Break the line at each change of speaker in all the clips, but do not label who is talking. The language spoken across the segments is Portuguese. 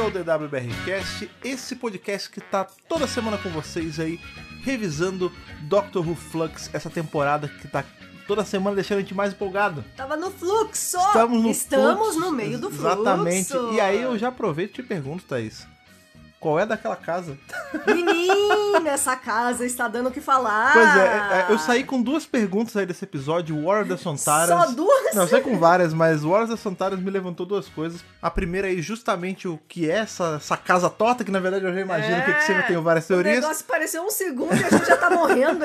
o DWBRcast, esse podcast que tá toda semana com vocês aí, revisando Doctor Who Flux, essa temporada que tá toda semana deixando a gente mais empolgado.
Tava no fluxo!
Estamos no
Oh, Estamos
fluxo,
no meio do fluxo!
Exatamente. E aí eu já aproveito e te pergunto, Thaís, qual é daquela casa?
Menina, essa casa está dando o que falar!
Pois é, é, eu saí com duas perguntas aí desse episódio, War da Sontaras.
Só duas?
Não, eu saí com várias, mas War da Sontaras me levantou duas coisas. A primeira aí, justamente o que é essa, essa casa torta, que na verdade eu já imagino o que, que seja, eu tenho várias
É, O
teorias.
negócio pareceu um segundo e a gente já tá morrendo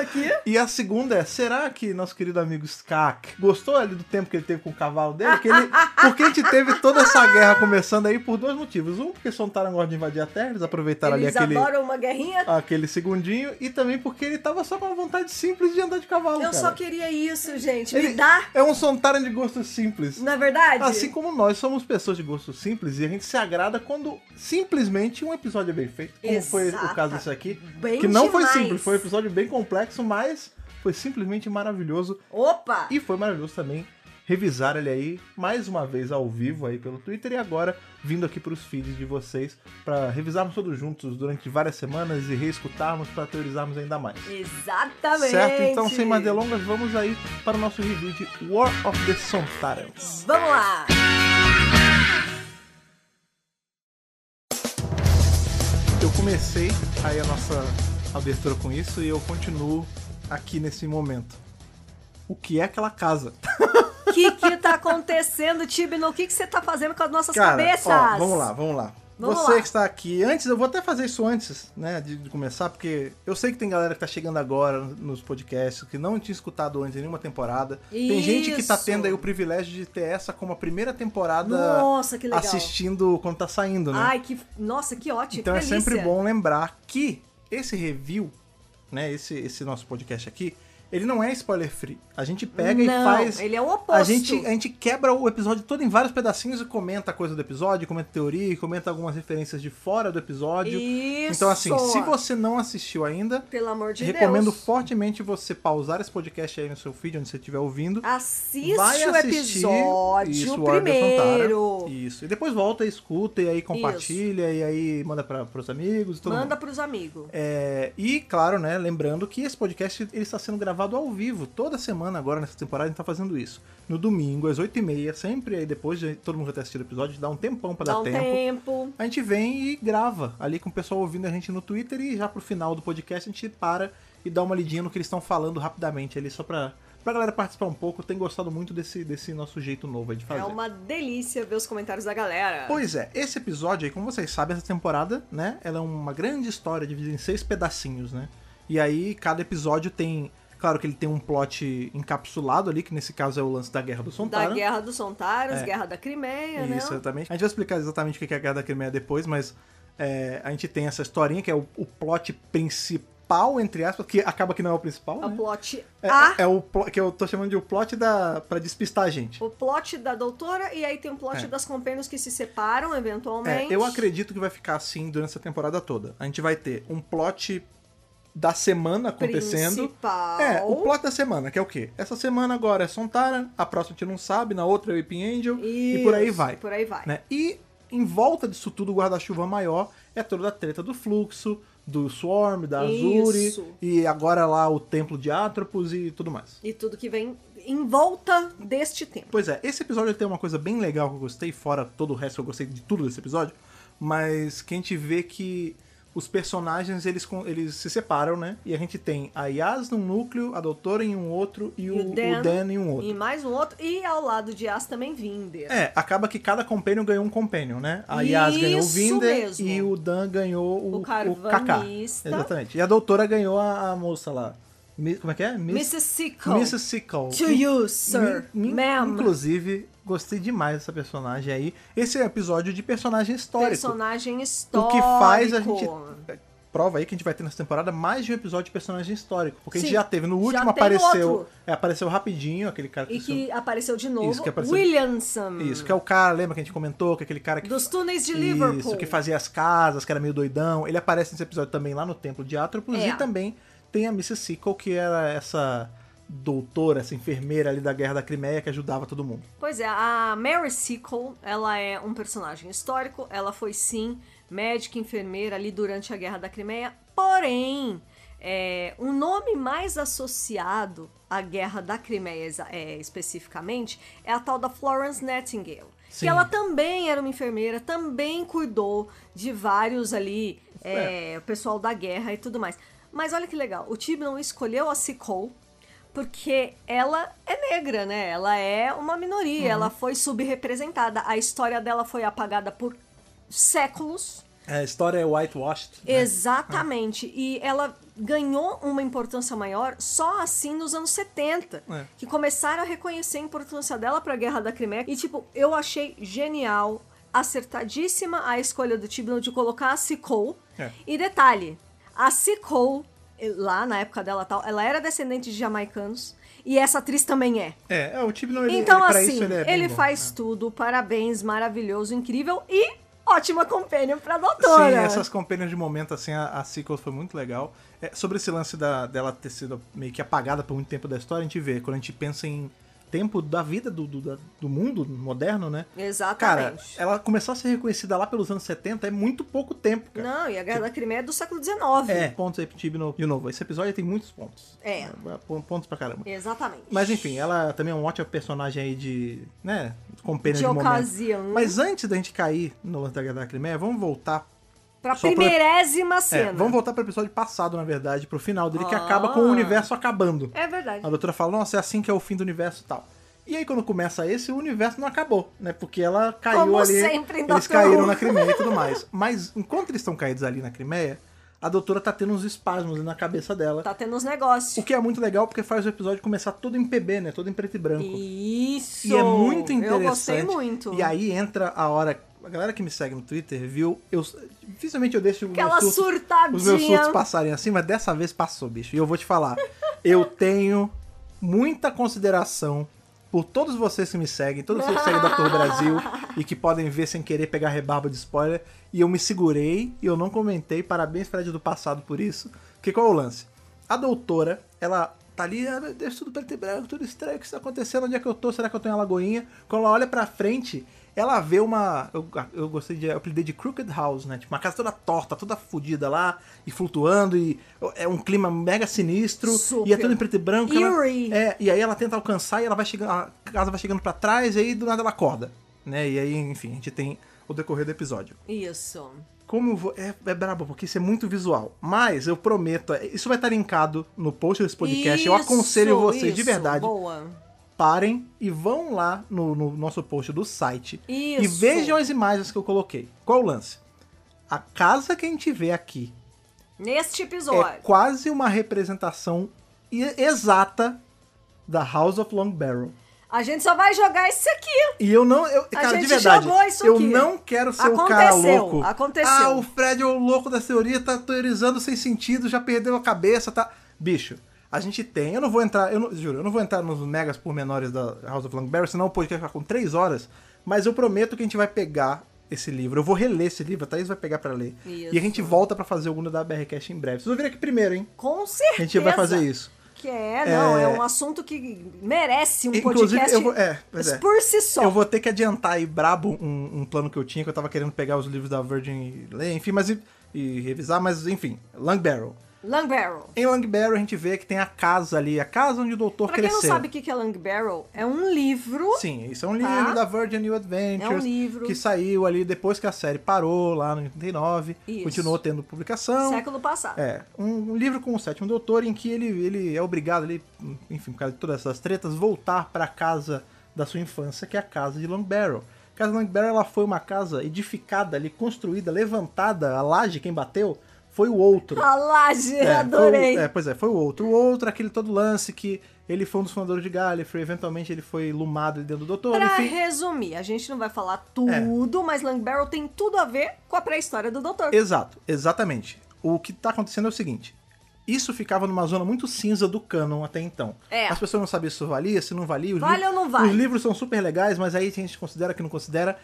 aqui.
E a segunda é, será que nosso querido amigo Skak gostou ali do tempo que ele teve com o cavalo dele? Que ele- porque a gente teve toda essa guerra começando aí por dois motivos. Um, porque Sontaran gosta de invadir a Terra, eles aproveitaram
Eles
Tá ali aquele,
adoram uma guerrinha.
aquele segundinho. E também porque ele tava só com uma vontade simples de andar de cavalo,
Eu
cara.
só queria isso, gente.
Ele-
Me dá,
É um Sontaran de gosto simples.
não é verdade?
Assim como nós somos pessoas de gosto simples e a gente se agrada quando simplesmente um episódio é bem feito, como foi o
Exata-
caso desse aqui.
Bem
que não
demais.
foi simples, foi um episódio bem complexo, mas foi simplesmente maravilhoso.
Opa!
E foi maravilhoso também revisar ele aí mais uma vez ao vivo aí pelo Twitter e agora vindo aqui para os feeds de vocês para revisarmos todos juntos durante várias semanas e reescutarmos para teorizarmos ainda mais.
Exatamente!
Certo? Então, sem mais delongas, vamos aí para o nosso review de War of the Sontarans.
Vamos lá!
Eu comecei aí a nossa abertura com isso e eu continuo aqui nesse momento. O que é aquela casa?
O que que tá acontecendo, Tibno? O que que você tá fazendo com as nossas cabeças?
ó, vamos lá, vamos lá.
Vamos
Você
lá.
que está aqui, antes, eu vou até fazer isso antes, né, de, de começar, porque eu sei que tem galera que tá chegando agora nos podcasts, que não tinha escutado antes em nenhuma temporada. Tem gente que tá
Isso.
tendo aí o privilégio de ter essa como a primeira temporada
Nossa, que legal!
assistindo quando tá saindo, né?
Ai, que. Nossa, que ótimo!
Então
que
é sempre
delícia.
bom lembrar que esse review, né, esse, esse nosso podcast aqui, ele não é spoiler free. A gente pega e
Não,
faz.
Ele é o oposto.
A gente, a gente quebra o episódio todo em vários pedacinhos e comenta a coisa do episódio, comenta teoria, comenta algumas referências de fora do episódio.
Isso.
Então, assim, se você não assistiu ainda,
Pelo amor de
recomendo
Deus.
fortemente você pausar esse podcast aí no seu feed, onde você estiver ouvindo.
Assiste
Vai
o
assistir
episódio
isso, o Arda
primeiro.
Fantara. Isso. E depois volta, escuta, e aí compartilha, e aí manda para os amigos e todo mundo.
Manda pros amigos.
É, e, claro, né, lembrando que esse podcast ele está sendo gravado ao vivo. Toda semana agora, nessa temporada, a gente está fazendo isso. No domingo, às 8h30, sempre aí depois, de todo mundo já ter assistido o episódio, dá um tempão para
Dá
dar
um
tempo.
tempo.
A gente vem e grava ali com o pessoal ouvindo a gente no Twitter e já pro final do podcast a gente para e dá uma lidinha no que eles estão falando rapidamente ali, só pra, pra galera participar um pouco. Tem gostado muito desse, desse nosso jeito novo aí de fazer.
É uma delícia ver os comentários da galera.
Pois é, esse episódio aí, como vocês sabem, essa temporada, né? Ela é uma grande história dividida em seis pedacinhos, né? E aí cada episódio tem. Claro que ele tem um plot encapsulado ali, que nesse caso é o lance da Guerra né? do
da
Sontaran.
Guerra dos Sontaras,
É.
Guerra da Crimeia,
Isso, é
né?
exatamente. A gente vai explicar exatamente o que é a Guerra da Crimeia depois, mas é, a gente tem essa historinha que é o, o plot principal, entre aspas, que acaba que não é o principal,
O Ah!
né?
plot
É,
A,
é o plo- que eu tô chamando de o plot da, pra despistar a gente.
o plot da doutora, e aí tem o plot
É.
das companions que se separam
É,
eventualmente.
eu acredito que vai ficar assim durante essa temporada toda. A gente vai ter um plot da semana acontecendo.
Principal.
É, o plot da semana, que é o quê? Essa semana agora é Sontara, a próxima a gente não sabe, na outra é o Weeping Angel, e por aí
Isso,
vai.
Por aí vai.
né? E em volta disso tudo, o guarda-chuva maior é toda a treta do fluxo, do Swarm, da Azuri,
Isso.
e agora lá o templo de Atropos e tudo mais.
E tudo que vem em volta deste tempo.
Pois é, esse episódio tem uma coisa bem legal que eu gostei, fora todo o resto, eu gostei de tudo desse episódio, mas que a gente vê que os personagens, eles, con- eles se separam, né? E a gente tem a Yas num núcleo, a Doutora em um outro e, o, o Dan, em um outro.
E mais um outro. E ao lado de As também Vinder.
É, acaba que cada Companion ganhou um Companion, né? A Yas
Isso
ganhou o Vinder
mesmo.
e o Dan ganhou o,
O
Kaká.
carvanista.
Exatamente. E a doutora ganhou a, a moça lá. Mi- como é que é? Miss,
Mrs. Sickle.
Mrs. Sickle.
To you, sir.
Mi- mi-
Ma'am.
Inclusive, gostei demais dessa personagem aí. Esse é um episódio de personagem histórico.
Personagem
O
histórico.
que faz a gente. Prova aí que a gente vai ter nessa temporada mais de um episódio de personagem histórico. Porque a gente
Sim.
já teve. No
Já
último
tem
apareceu.
outro.
É, apareceu rapidinho aquele cara que.
E que apareceu de novo.
Isso, que apareceu-
Williamson.
Isso, que é o cara, lembra que a gente comentou, que é aquele cara que
Dos túneis de Liverpool.
Isso, que fazia as casas, que era meio doidão. Ele aparece nesse episódio também lá no Templo de Atropos
É.
e também tem a Mrs. Sickle, que era essa doutora, essa enfermeira ali da Guerra da Crimeia que ajudava todo mundo.
Pois é, a Mary Sickle, ela é um personagem histórico, ela foi sim médica enfermeira ali durante a Guerra da Crimeia, porém, é, um nome mais associado à Guerra da Crimeia exa- é, especificamente é a tal da Florence Nightingale.
Sim.
Que ela também era uma enfermeira, também cuidou de vários ali, é, o pessoal da guerra e tudo mais. Mas olha que legal, o Tibnon escolheu a Sickle porque ela é negra, né? Ela é uma minoria, ela foi subrepresentada. A história dela foi apagada por séculos.
É, A história é whitewashed. né?
Exatamente. E ela ganhou uma importância maior só assim nos anos 70.
É.
Que começaram a reconhecer a importância dela pra Guerra da Crimeia. E, tipo, eu achei genial, acertadíssima a escolha do Tibno de colocar a Sicol.
É.
E detalhe, a Sicol, lá na época dela tal, ela era descendente de jamaicanos. E essa atriz também é.
É, é, o Tibnon, ele,
Então,
ele, pra
assim,
isso ele é
ele,
bem bom,
faz
né?
tudo. Parabéns, maravilhoso, incrível e ótima companion pra doutora.
Sim, essas companhias de momento, assim, a, a sequel foi muito legal. É, sobre esse lance da, dela ter sido meio que apagada por muito tempo da história, a gente vê, quando a gente pensa em tempo da vida do, do, da- do mundo moderno, né? Cara,
Exatamente.
ela começou a ser reconhecida lá pelos anos 70, é muito pouco tempo, cara.
Não, e a Guerra da Crimeia é do século XIX.
É, pontos aí pro Tibno de novo. Esse episódio tem muitos pontos.
É.
Pon- Pontos pra caramba.
Exatamente.
Mas enfim, ela também é um ótimo personagem aí de. né? Com pena
De
de, momento.
ocasião. né?
Mas antes da gente cair no lance da Guerra da Crimeia, vamos voltar.
pra
só pra-
primeirésima
É,
cena.
vamos voltar pro episódio passado, na verdade, pro final dele, que
Ah.
acaba com o universo acabando.
É verdade.
A doutora fala, nossa, é assim que é o fim do universo e tal. E aí, quando começa esse, o universo não acabou, né? Porque ela caiu
Como
ali.
sempre, em
eles
Doctor
caíram
Who.
na Crimeia e tudo mais. Mas enquanto eles estão caídos ali na Crimeia, a doutora tá tendo uns espasmos ali na cabeça dela.
Tá tendo uns
O
negócios.
que é muito legal porque faz o episódio começar todo em PB, né? Todo em preto e branco.
Isso!
E é muito interessante.
Eu gostei muito.
E aí entra a hora. A galera que me segue no Twitter viu. Eu, dificilmente eu deixo um os meus
Aquela
surtos-
surtadinha.
os meus surtos passarem assim, mas dessa vez passou, bicho. E eu vou te falar. eu tenho muita consideração por todos vocês que me seguem, todos vocês que seguem da Tour Brasil e que podem ver sem querer pegar rebarba de spoiler. E eu me segurei e eu não comentei. Parabéns, Fred, do passado por isso. Porque qual é o lance? A doutora, ela tá ali, ah, meu Deus, tudo preto e branco, tudo estranho, o que está acontecendo? Onde é que eu tô? Será que eu tô em Alagoinha? Quando ela olha pra frente, ela vê uma. Eu, eu gostei de. Eu apelidei de Crooked House, né? Tipo, uma casa toda torta, toda fodida lá, e flutuando, e é um clima mega sinistro, e é
Super.
tudo em preto e branco. ela-
Eerie.
é, e aí ela tenta alcançar e ela vai chegando, a casa vai chegando pra trás, e aí do nada ela acorda, né? E aí, enfim, a gente tem o decorrer do episódio.
Isso.
Como eu vou. É, é brabo, porque isso é muito visual. Mas eu prometo, é, isso vai estar linkado no post desse podcast. eu aconselho
Isso,
vocês de
isso,
verdade.
Boa.
Parem e vão lá no, no nosso post do site e
Isso.
vejam as imagens que eu coloquei. Qual o lance? A casa que a gente vê aqui
Neste
é
episódio.
quase uma representação i- exata da House of Long Barrel.
A gente só vai jogar esse aqui.
E eu não. Eu, cara, de
gente
verdade.
jogou isso
eu
aqui.
não quero ser o cara
Aconteceu,
louco.
aconteceu.
Ah, o Fred é o louco da teoria, tá teorizando sem sentido, já perdeu a cabeça, tá. Bicho. A gente tem, eu não vou entrar, eu não, juro, eu não vou entrar nos megas pormenores da House of Langberry, senão o podcast vai ficar com três horas, mas eu prometo que a gente vai pegar esse livro, eu vou reler esse livro, a Thaís vai pegar pra ler, e a
Isso.
gente volta pra fazer alguma da BRCast em breve. Vocês vão vir aqui primeiro, hein?
Com
A
certeza.
gente vai fazer isso.
Que é, não, é um assunto que merece um
Inclusive,
podcast
eu vou- é, pois é.
por si só.
Eu vou ter que adiantar aí brabo um, um plano que eu tinha, que eu tava querendo pegar os livros da Virgin e ler, enfim, mas e, e revisar, mas enfim, Lang Barrel.
Long Barrel.
Em Lang Barrel a gente vê que tem a casa ali, a casa onde o doutor
Pra quem
cresceu.
não sabe o que que é Long Barrel, é um livro.
Sim, isso é um livro da Virgin New Adventures.
É um livro.
Que saiu ali depois que a série parou, lá no 89.
Isso.
Continuou tendo publicação.
Século passado.
É, um, um livro com o sétimo doutor em que ele, ele é obrigado ali, enfim, por causa de todas essas tretas, voltar pra casa da sua infância, que é a casa de Long Barrel. A casa de Long Barrel ela foi uma casa edificada ali, construída, levantada, a laje quem bateu foi o outro.
A laje,
É,
Ah, adorei.
foi o- é, pois é, foi o outro. O outro, aquele todo lance que ele foi um dos fundadores de Gallifrey, eventualmente ele foi lumado ali dentro do doutor,
Pra
enfim. É.
resumir, a gente não vai falar tudo, mas Long Barrel tem tudo a ver com a pré-história do Doutor.
Exato, exatamente. O que tá acontecendo é o seguinte. Isso ficava numa zona muito cinza do canon até então.
É.
As pessoas não sabiam se isso valia, se não valia. Os
Vale ou não vale?
Os livros são super legais, mas aí a gente considera que não considera.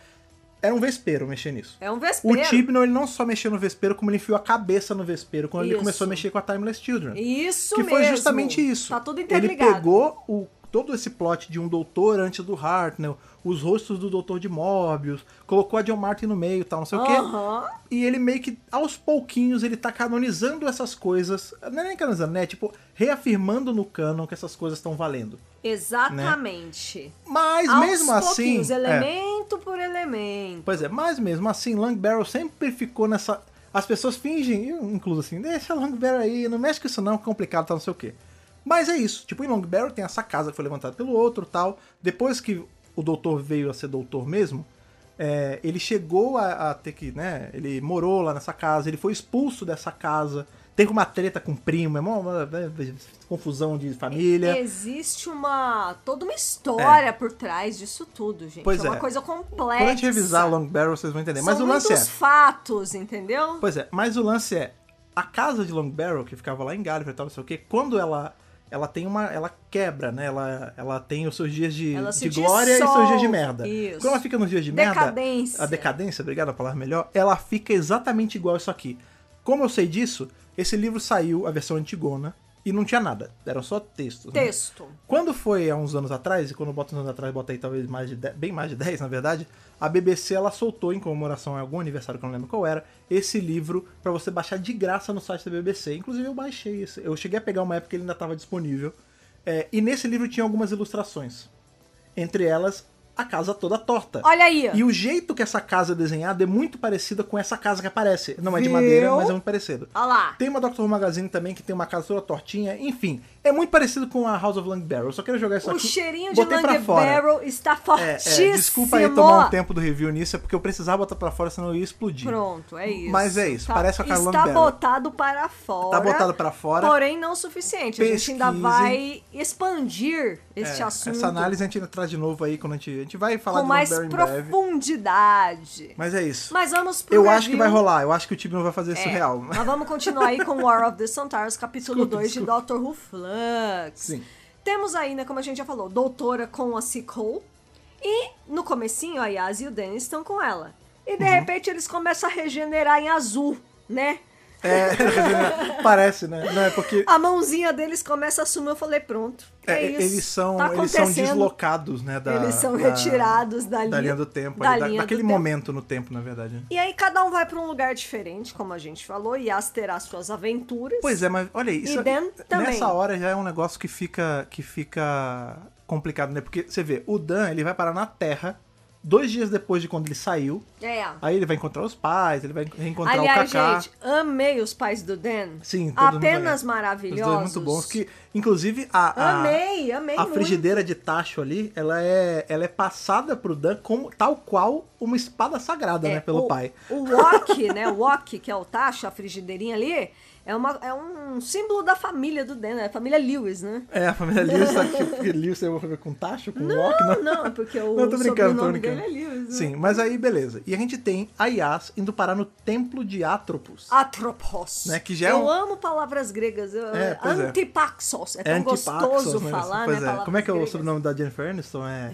Era um vespeiro mexer nisso.
É um
O tipo
vespeiro.
Tibnon, ele não só mexeu no vespeiro, como ele enfiou a cabeça no vespeiro quando ele
Isso.
começou a mexer com a Timeless Children.
Isso
que
mesmo.
foi justamente isso.
Tá tudo
ele
interligado.
pegou o- todo esse plot de um doutor antes do Hartnell, os rostos do doutor de Morbius, colocou a John Martin no meio e tal, não sei o quê.
Aham.
E ele meio que, aos pouquinhos, ele tá canonizando essas coisas. Não é nem canonizando, né? Tipo, reafirmando no canon que essas coisas estão valendo.
Exatamente.
né? Mas
Aos
mesmo assim.
pouquinhos,
é.
elemento por elemento.
Pois é, mas mesmo assim, Lang Barrel sempre ficou nessa. As pessoas fingem, eu incluso assim, deixa Long Barrel aí, não mexe com isso não, é complicado, tá não sei o quê. Mas é isso, tipo, em Long Barrel tem essa casa que foi levantada pelo outro tal. Depois que o doutor veio a ser doutor mesmo, é, ele chegou a, a ter que, né? Ele morou lá nessa casa, ele foi expulso dessa casa, teve uma treta com o primo, é uma, uma- uma confusão de família.
Existe uma. toda uma história por trás disso tudo, gente.
É. Pois
é uma
é.
coisa complexa.
Quando a gente revisar Long Barrel, vocês vão entender.
São
Mas o lance é.
muitos fatos, entendeu?
Pois é, mas o lance é, a casa de Long Barrel, que ficava lá em Gallifrey e tal, não sei o quê, quando ela ela tem uma. Ela quebra, né? Ela, ela tem os seus dias de,
Ela
de
se
glória e seus dias de
dissolve,
merda.
isso.
Quando ela fica nos dias de merda.
Decadência.
A decadência, obrigado a palavra melhor, ela fica exatamente igual isso aqui. Como eu sei disso, esse livro saiu, a versão antigona, e não tinha nada. Eram só textos. né?
Texto.
Quando foi há uns anos atrás, e quando eu boto uns anos atrás, bota aí talvez mais de 10, bem mais de 10, na verdade, a BBC ela soltou em comemoração a algum aniversário que eu não lembro qual era, esse livro pra você baixar de graça no site da BBC. Inclusive eu baixei esse. Eu cheguei a pegar uma época que ele ainda estava disponível. É, e nesse livro tinha algumas ilustrações. Entre elas, a casa toda torta.
Olha aí.
E o jeito que essa casa é desenhada é muito parecida com essa casa que aparece. Não é de madeira,
Viu?
mas é muito parecido.
Olha lá.
Tem uma Doctor Who Magazine também que tem uma casa toda tortinha. Enfim, é muito parecido com a House of Long Barrel. Eu só quero jogar isso
O
aqui.
cheirinho de
botei pra
Lang
fora.
Barrel está
É, é,
fortíssimo.
desculpa aí tomar um tempo do review nisso, é porque eu precisava botar pra fora, senão eu ia explodir.
Pronto, é isso.
Mas é isso,
Tá-
parece com a Carla
Está
Lambert.
botado para fora.
Tá botado pra fora.
Porém, não o suficiente. A gente ainda
Pesquisem.
vai expandir este
É,
assunto
Essa análise a gente ainda traz de novo aí quando a gente, a gente vai falar
com
de
mais
Long Barrel em breve.
profundidade.
Mas é isso.
Mas vamos pro
eu
review.
acho que vai rolar, eu acho que o time não vai fazer isso
É,
real.
Mas vamos continuar aí com War of the Centaurs, capítulo
Desculpa,
2 de Doctor Who Flux.
Sim.
Temos ainda, como a gente já falou, doutora com a Sicole. E no comecinho, a Yas e o Dan estão com ela. E
Uhum.
de repente eles começam a regenerar em azul, né?
É, parece, né? Não, é porque
A mãozinha deles começa a sumir, eu falei, pronto. É,
é,
isso.
eles, são,
tá
eles são
acontecendo.
deslocados, né? Da,
Eles são
da-
retirados da linha-
do tempo,
da
ali, da-
linha do
daquele
tempo.
momento no tempo, na verdade. né?
E aí cada um vai pra um lugar diferente, como a gente falou, e Yas terá suas aventuras.
Pois é, mas olha aí, isso,
Dan também.
nessa hora já é um negócio que fica, que fica complicado, né? Porque você vê, o Dan ele vai parar na Terra dois dias depois de quando ele saiu.
É.
Aí ele vai encontrar os pais, ele vai reencontrar
Aliás,
o Kaká.
gente, amei os pais do Dan.
Sim, todo mundo
Apenas
Os
maravilhosos.
dois muito bons. Que, inclusive, a, a,
Amei, amei
a
muito.
frigideira de tacho ali, ela é, ela é passada pro Dan como, tal qual uma espada sagrada,
É,
né? Pelo
o,
pai.
O wok, né? O wok, que é o tacho, a frigideirinha ali, é, uma, é um símbolo da família do Dan, né? A família Lewis, né?
É, a família Lewis tá aqui, porque Lewis é uma família com tacho, com Loki,
Não, não, é porque o
Não, tô brincando, tô
sobrenome
brincando.
dele é Lewis. Né?
Sim, mas aí beleza. E a gente tem a Yas indo parar no templo de Atropos.
Ah, Atropos.
Né, que já é
eu
um-
amo palavras gregas. Eu,
É, pois é.
antipaxos. É, tão
Antipaxos,
gostoso
né?
falar,
pois
né?
É.
palavras
Como é que é o
gregas.
sobrenome da Jennifer Aniston? É...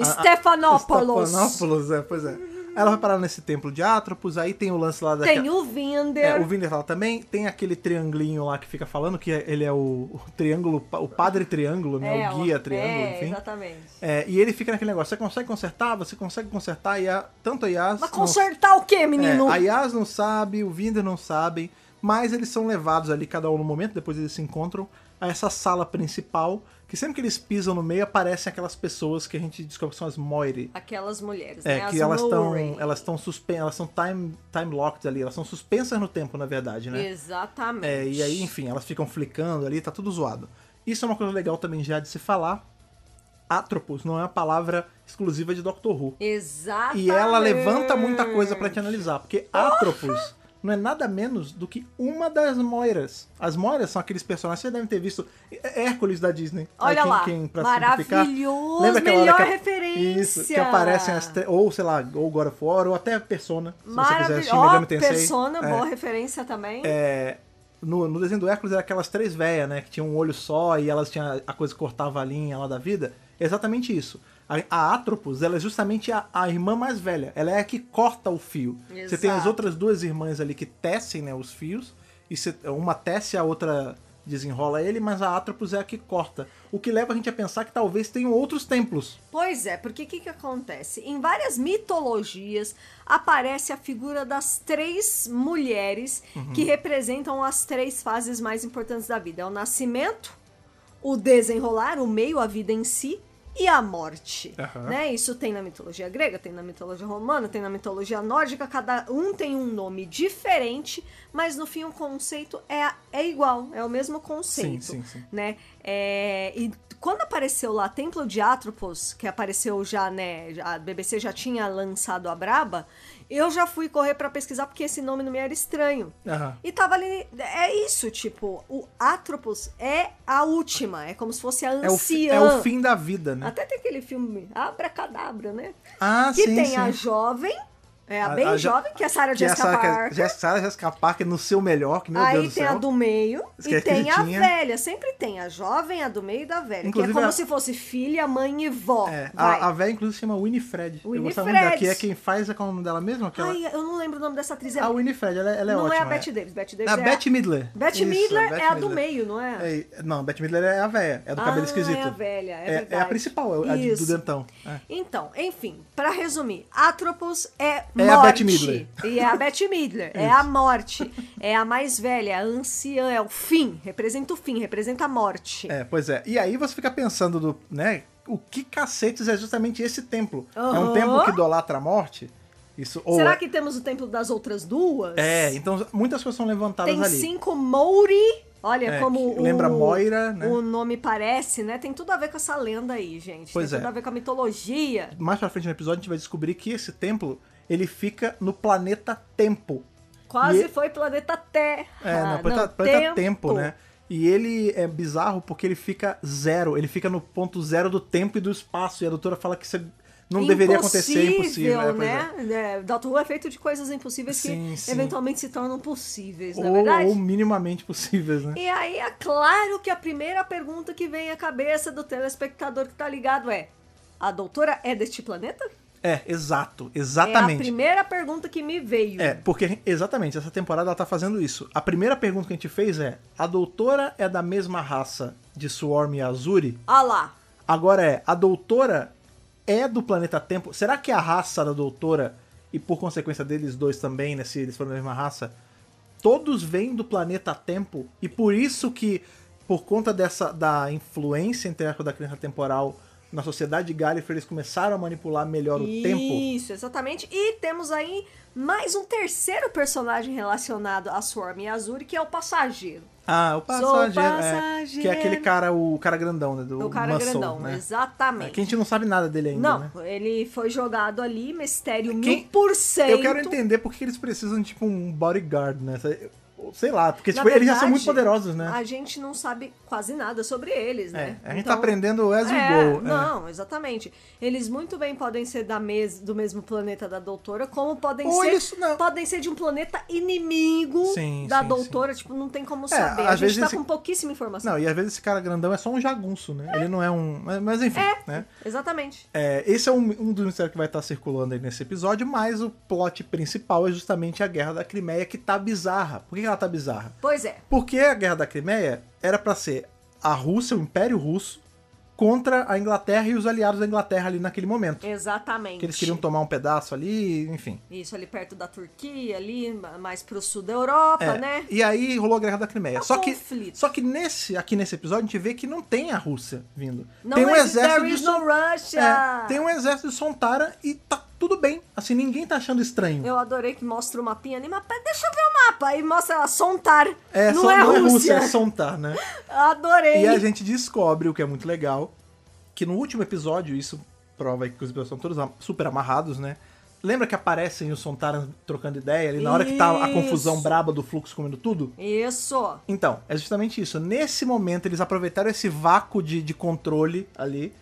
a- a-
Stefanopoulos.
Stefanopoulos, é, pois é. Ela vai parar nesse templo de Atropos, aí tem o lance lá daquela...
Tem o Vinder.
É, o Vinder lá também, tem aquele triangulinho lá que fica falando que ele é o, o triângulo, o padre triângulo, né?
É,
o guia
ó,
triângulo,
é,
enfim.
exatamente.
É, e ele fica naquele negócio, você consegue consertar? Você consegue consertar? E a, tanto a Yas...
Mas
não-
consertar o quê, menino?
É, a Yas não sabe, o Vinder não sabe, mas eles são levados ali, cada um no momento, depois eles se encontram, a essa sala principal, que sempre que eles pisam no meio, aparecem aquelas pessoas que a gente descobre que são as Moire.
Aquelas mulheres,
É,
né? As
que elas estão
Murray.
elas estão suspen elas são time, time locked ali, elas são suspensas no tempo, na verdade, né?
Exatamente.
É, e aí, enfim, elas ficam flicando ali, tá tudo zoado. Isso é uma coisa legal também já de se falar. Atropos não é uma palavra exclusiva de Doctor Who.
Exatamente.
E ela levanta muita coisa pra te analisar, porque Atropos não é nada menos do que uma das Moiras. As Moiras são aqueles personagens, vocês devem ter visto Hé- Hércules da Disney. Aí
Olha lá,
simplificar,
maravilhoso,
aquela hora
melhor
que a-
referência.
Isso, que aparecem as tre- ou sei lá, ou God of War, ou até Persona, se você quiser,
Maravilhoso.
Shin Megami
Ó,
Tensei.
Persona,
É.
boa referência também.
É, No, no desenho do Hércules era aquelas três véias, né? Que tinham um olho só e elas tinham a coisa que cortava a linha lá da vida. É exatamente isso. A, a Atropos, ela é justamente a, a irmã mais velha. Ela é a que corta o fio. Você tem as
Exato.
outras duas irmãs ali que tecem né, os fios. E cê- uma tece, a outra desenrola ele, mas a Atropos é a que corta. O que leva a gente a pensar que talvez tenham outros templos.
Pois é, porque o que, que acontece? Em várias mitologias aparece a figura das três mulheres
Uhum.
que representam as três fases mais importantes da vida: é o nascimento, o desenrolar, o meio, a vida em si e a morte.
Aham.
Né? Isso tem na mitologia grega, tem na mitologia romana, tem na mitologia nórdica, cada um tem um nome diferente, mas no fim o conceito é, é igual, é o mesmo conceito
sim, sim.
né? É, e quando apareceu lá Templo de Atropos, que apareceu já, né? já- A BBC já tinha lançado a Braba, eu já fui correr pra pesquisar porque esse nome não me era estranho.
Aham.
E tava ali. É isso, tipo, o Atropos é a última, é como se fosse a
É o, fi-
anciã.
é o fim da vida, né?
Até tem aquele filme Abracadabra, né?
Ah,
que
sim,
tem
sim.
a jovem, é a, bem
a jo-
jovem, que é a Sarah
que é a
Jessica
Sarah-
Parker.
Jessica- Sarah Jessica Parker no seu melhor, que meu
Aí
Deus do
tem
céu.
a do meio
Você
e
quer que é ele
tem a
tinha?
velha. Sempre tem a jovem, a do meio e da velha.
Inclusive,
que é como
a-
se fosse filha, mãe e vó.
É,
Vai.
a, a velha, inclusive, se chama Winifred. Eu gostava muito
Winifred.
dela, que é quem faz, é qual é o nome dela mesmo? Aquela...
Ai, eu não lembro o nome dessa atriz. É...
a Winifred, ela, é- ela é
não
ótima.
é a Bette Davis. Bette Davis
A
é
Bette Midler.
Bette
Isso,
Midler é
Bette
a do
Midler.
meio, não é?
É, não, a Bette Midler é a velha, é do cabelo
Ah,
esquisito.
é a velha, é
é, a
verdade.
principal, é a de- do
Isso.
dentão. É.
Então, enfim, pra resumir, Atropos é morte.
É a Bette Midler.
E é a Bette Midler, é a morte. É a mais velha, a anciã, é o fim. Representa o fim, representa a morte.
É, pois é. E aí você fica pensando, do, né? O que cacetes é justamente esse templo? É um
Aham.
templo que idolatra a morte? Isso, ou
Será
é-
que temos o templo das outras duas?
É, então muitas coisas são levantadas
Tem
ali.
cinco Mouri. Olha
É,
como
que
o,
lembra Moira, né?
o nome parece, né? Tem tudo a ver com essa lenda aí, gente.
Pois
Tem
é.
tudo a ver com a mitologia.
Mais pra frente no episódio a gente vai descobrir que esse templo, ele fica no planeta Tempo.
Quase
E-
foi planeta Terra. Ah,
É, não, planeta, planeta tempo. né? E ele é bizarro porque ele fica zero, ele fica no ponto zero do tempo e do espaço. E a doutora fala que isso é- não deveria acontecer, é impossível. é, pois
né? É, Doctor Who é feito de coisas impossíveis
Sim,
que
sim.
eventualmente se tornam possíveis,
é.
não é
Ou,
verdade?
ou minimamente possíveis, né?
E aí é claro que a primeira pergunta que vem à cabeça do telespectador que tá ligado é: a doutora é deste planeta?
É, exato,
É a
exatamente.
primeira pergunta que me veio.
É, porque exatamente, essa temporada ela tá fazendo isso. A primeira pergunta que a gente fez é: a doutora é da mesma raça de Swarm e Azuri?
Ah lá.
Agora é, a doutora é do planeta Tempo. Será que a raça da doutora, e por consequência deles dois também, né? Se eles foram da mesma raça, todos vêm do planeta Tempo? E por isso que, por conta dessa da influência entre aspas, da criança temporal na sociedade Gallifrey, eles começaram a manipular melhor o tempo?
Isso, exatamente. E temos aí mais um terceiro personagem relacionado a Swarm e Azuri, que é o passageiro.
Ah, o passageiro.
Sou
é, que é aquele
passageiro.
cara, o cara grandão, né? Do
É O cara
Muscle,
grandão,
né? É, que
exatamente.
a gente não sabe nada dele ainda,
Não,
né?
ele foi jogado ali, mistério
Quem-
mil por cento.
Eu quero entender por que eles precisam de, tipo, um bodyguard, né? Sei lá, porque
Na
tipo, eles já são
verdade,
muito poderosos, né?
A gente não sabe quase nada sobre eles,
É,
né?
a gente tá
Então-
aprendendo as we
É,
go. é.
Não, exatamente. Eles muito bem podem ser da mes do mesmo planeta da doutora, como podem
Ou
ser
eles não-
podem ser de um planeta inimigo
Sim,
da
sim, É,
doutora. Tipo, não tem como saber.
às
A gente
vezes
tá
esse-
com pouquíssima informação.
Não, e às vezes esse cara grandão é só um jagunço, né? Ele não é um. mas- Mas enfim, né?
É, Exatamente.
É, esse é um, um dos mistérios que vai estar circulando aí nesse episódio, mas o plot principal é justamente a Guerra da Crimeia, que tá bizarra. Por que que ela tá bizarra?
Pois é.
Porque a Guerra da Crimeia era pra ser a Rússia, o Império Russo, contra a Inglaterra e os aliados da Inglaterra ali naquele momento.
Exatamente.
Que eles queriam tomar um pedaço ali, enfim.
Isso ali perto da Turquia, ali mais pro sul da Europa,
É,
né?
E aí rolou a Guerra da Crimeia.
É um
só que,
conflito.
só que nesse, aqui nesse episódio a gente vê que não tem a Rússia vindo.
Não
tem um
existe-
exército
there
de
is no
Son-
Russia.
É, tem um exército de Sontara e tá tudo bem. Assim, ninguém tá achando estranho.
Eu adorei que mostra o mapinha ali, mas pera, deixa eu ver o mapa. Aí mostra ela, Sontar.
É,
não,
Son-
é
não
Rússia.
é Sontar, né?
Adorei.
E a gente descobre, o que é muito legal, que no último episódio, isso prova aí que os episódios são todos am- super amarrados, né? Lembra que aparecem os Sontarans trocando ideia ali na hora que tá a confusão
Isso.
braba do fluxo comendo tudo?
Isso.
Então, é justamente isso. Nesse momento, eles aproveitaram esse vácuo de, de controle ali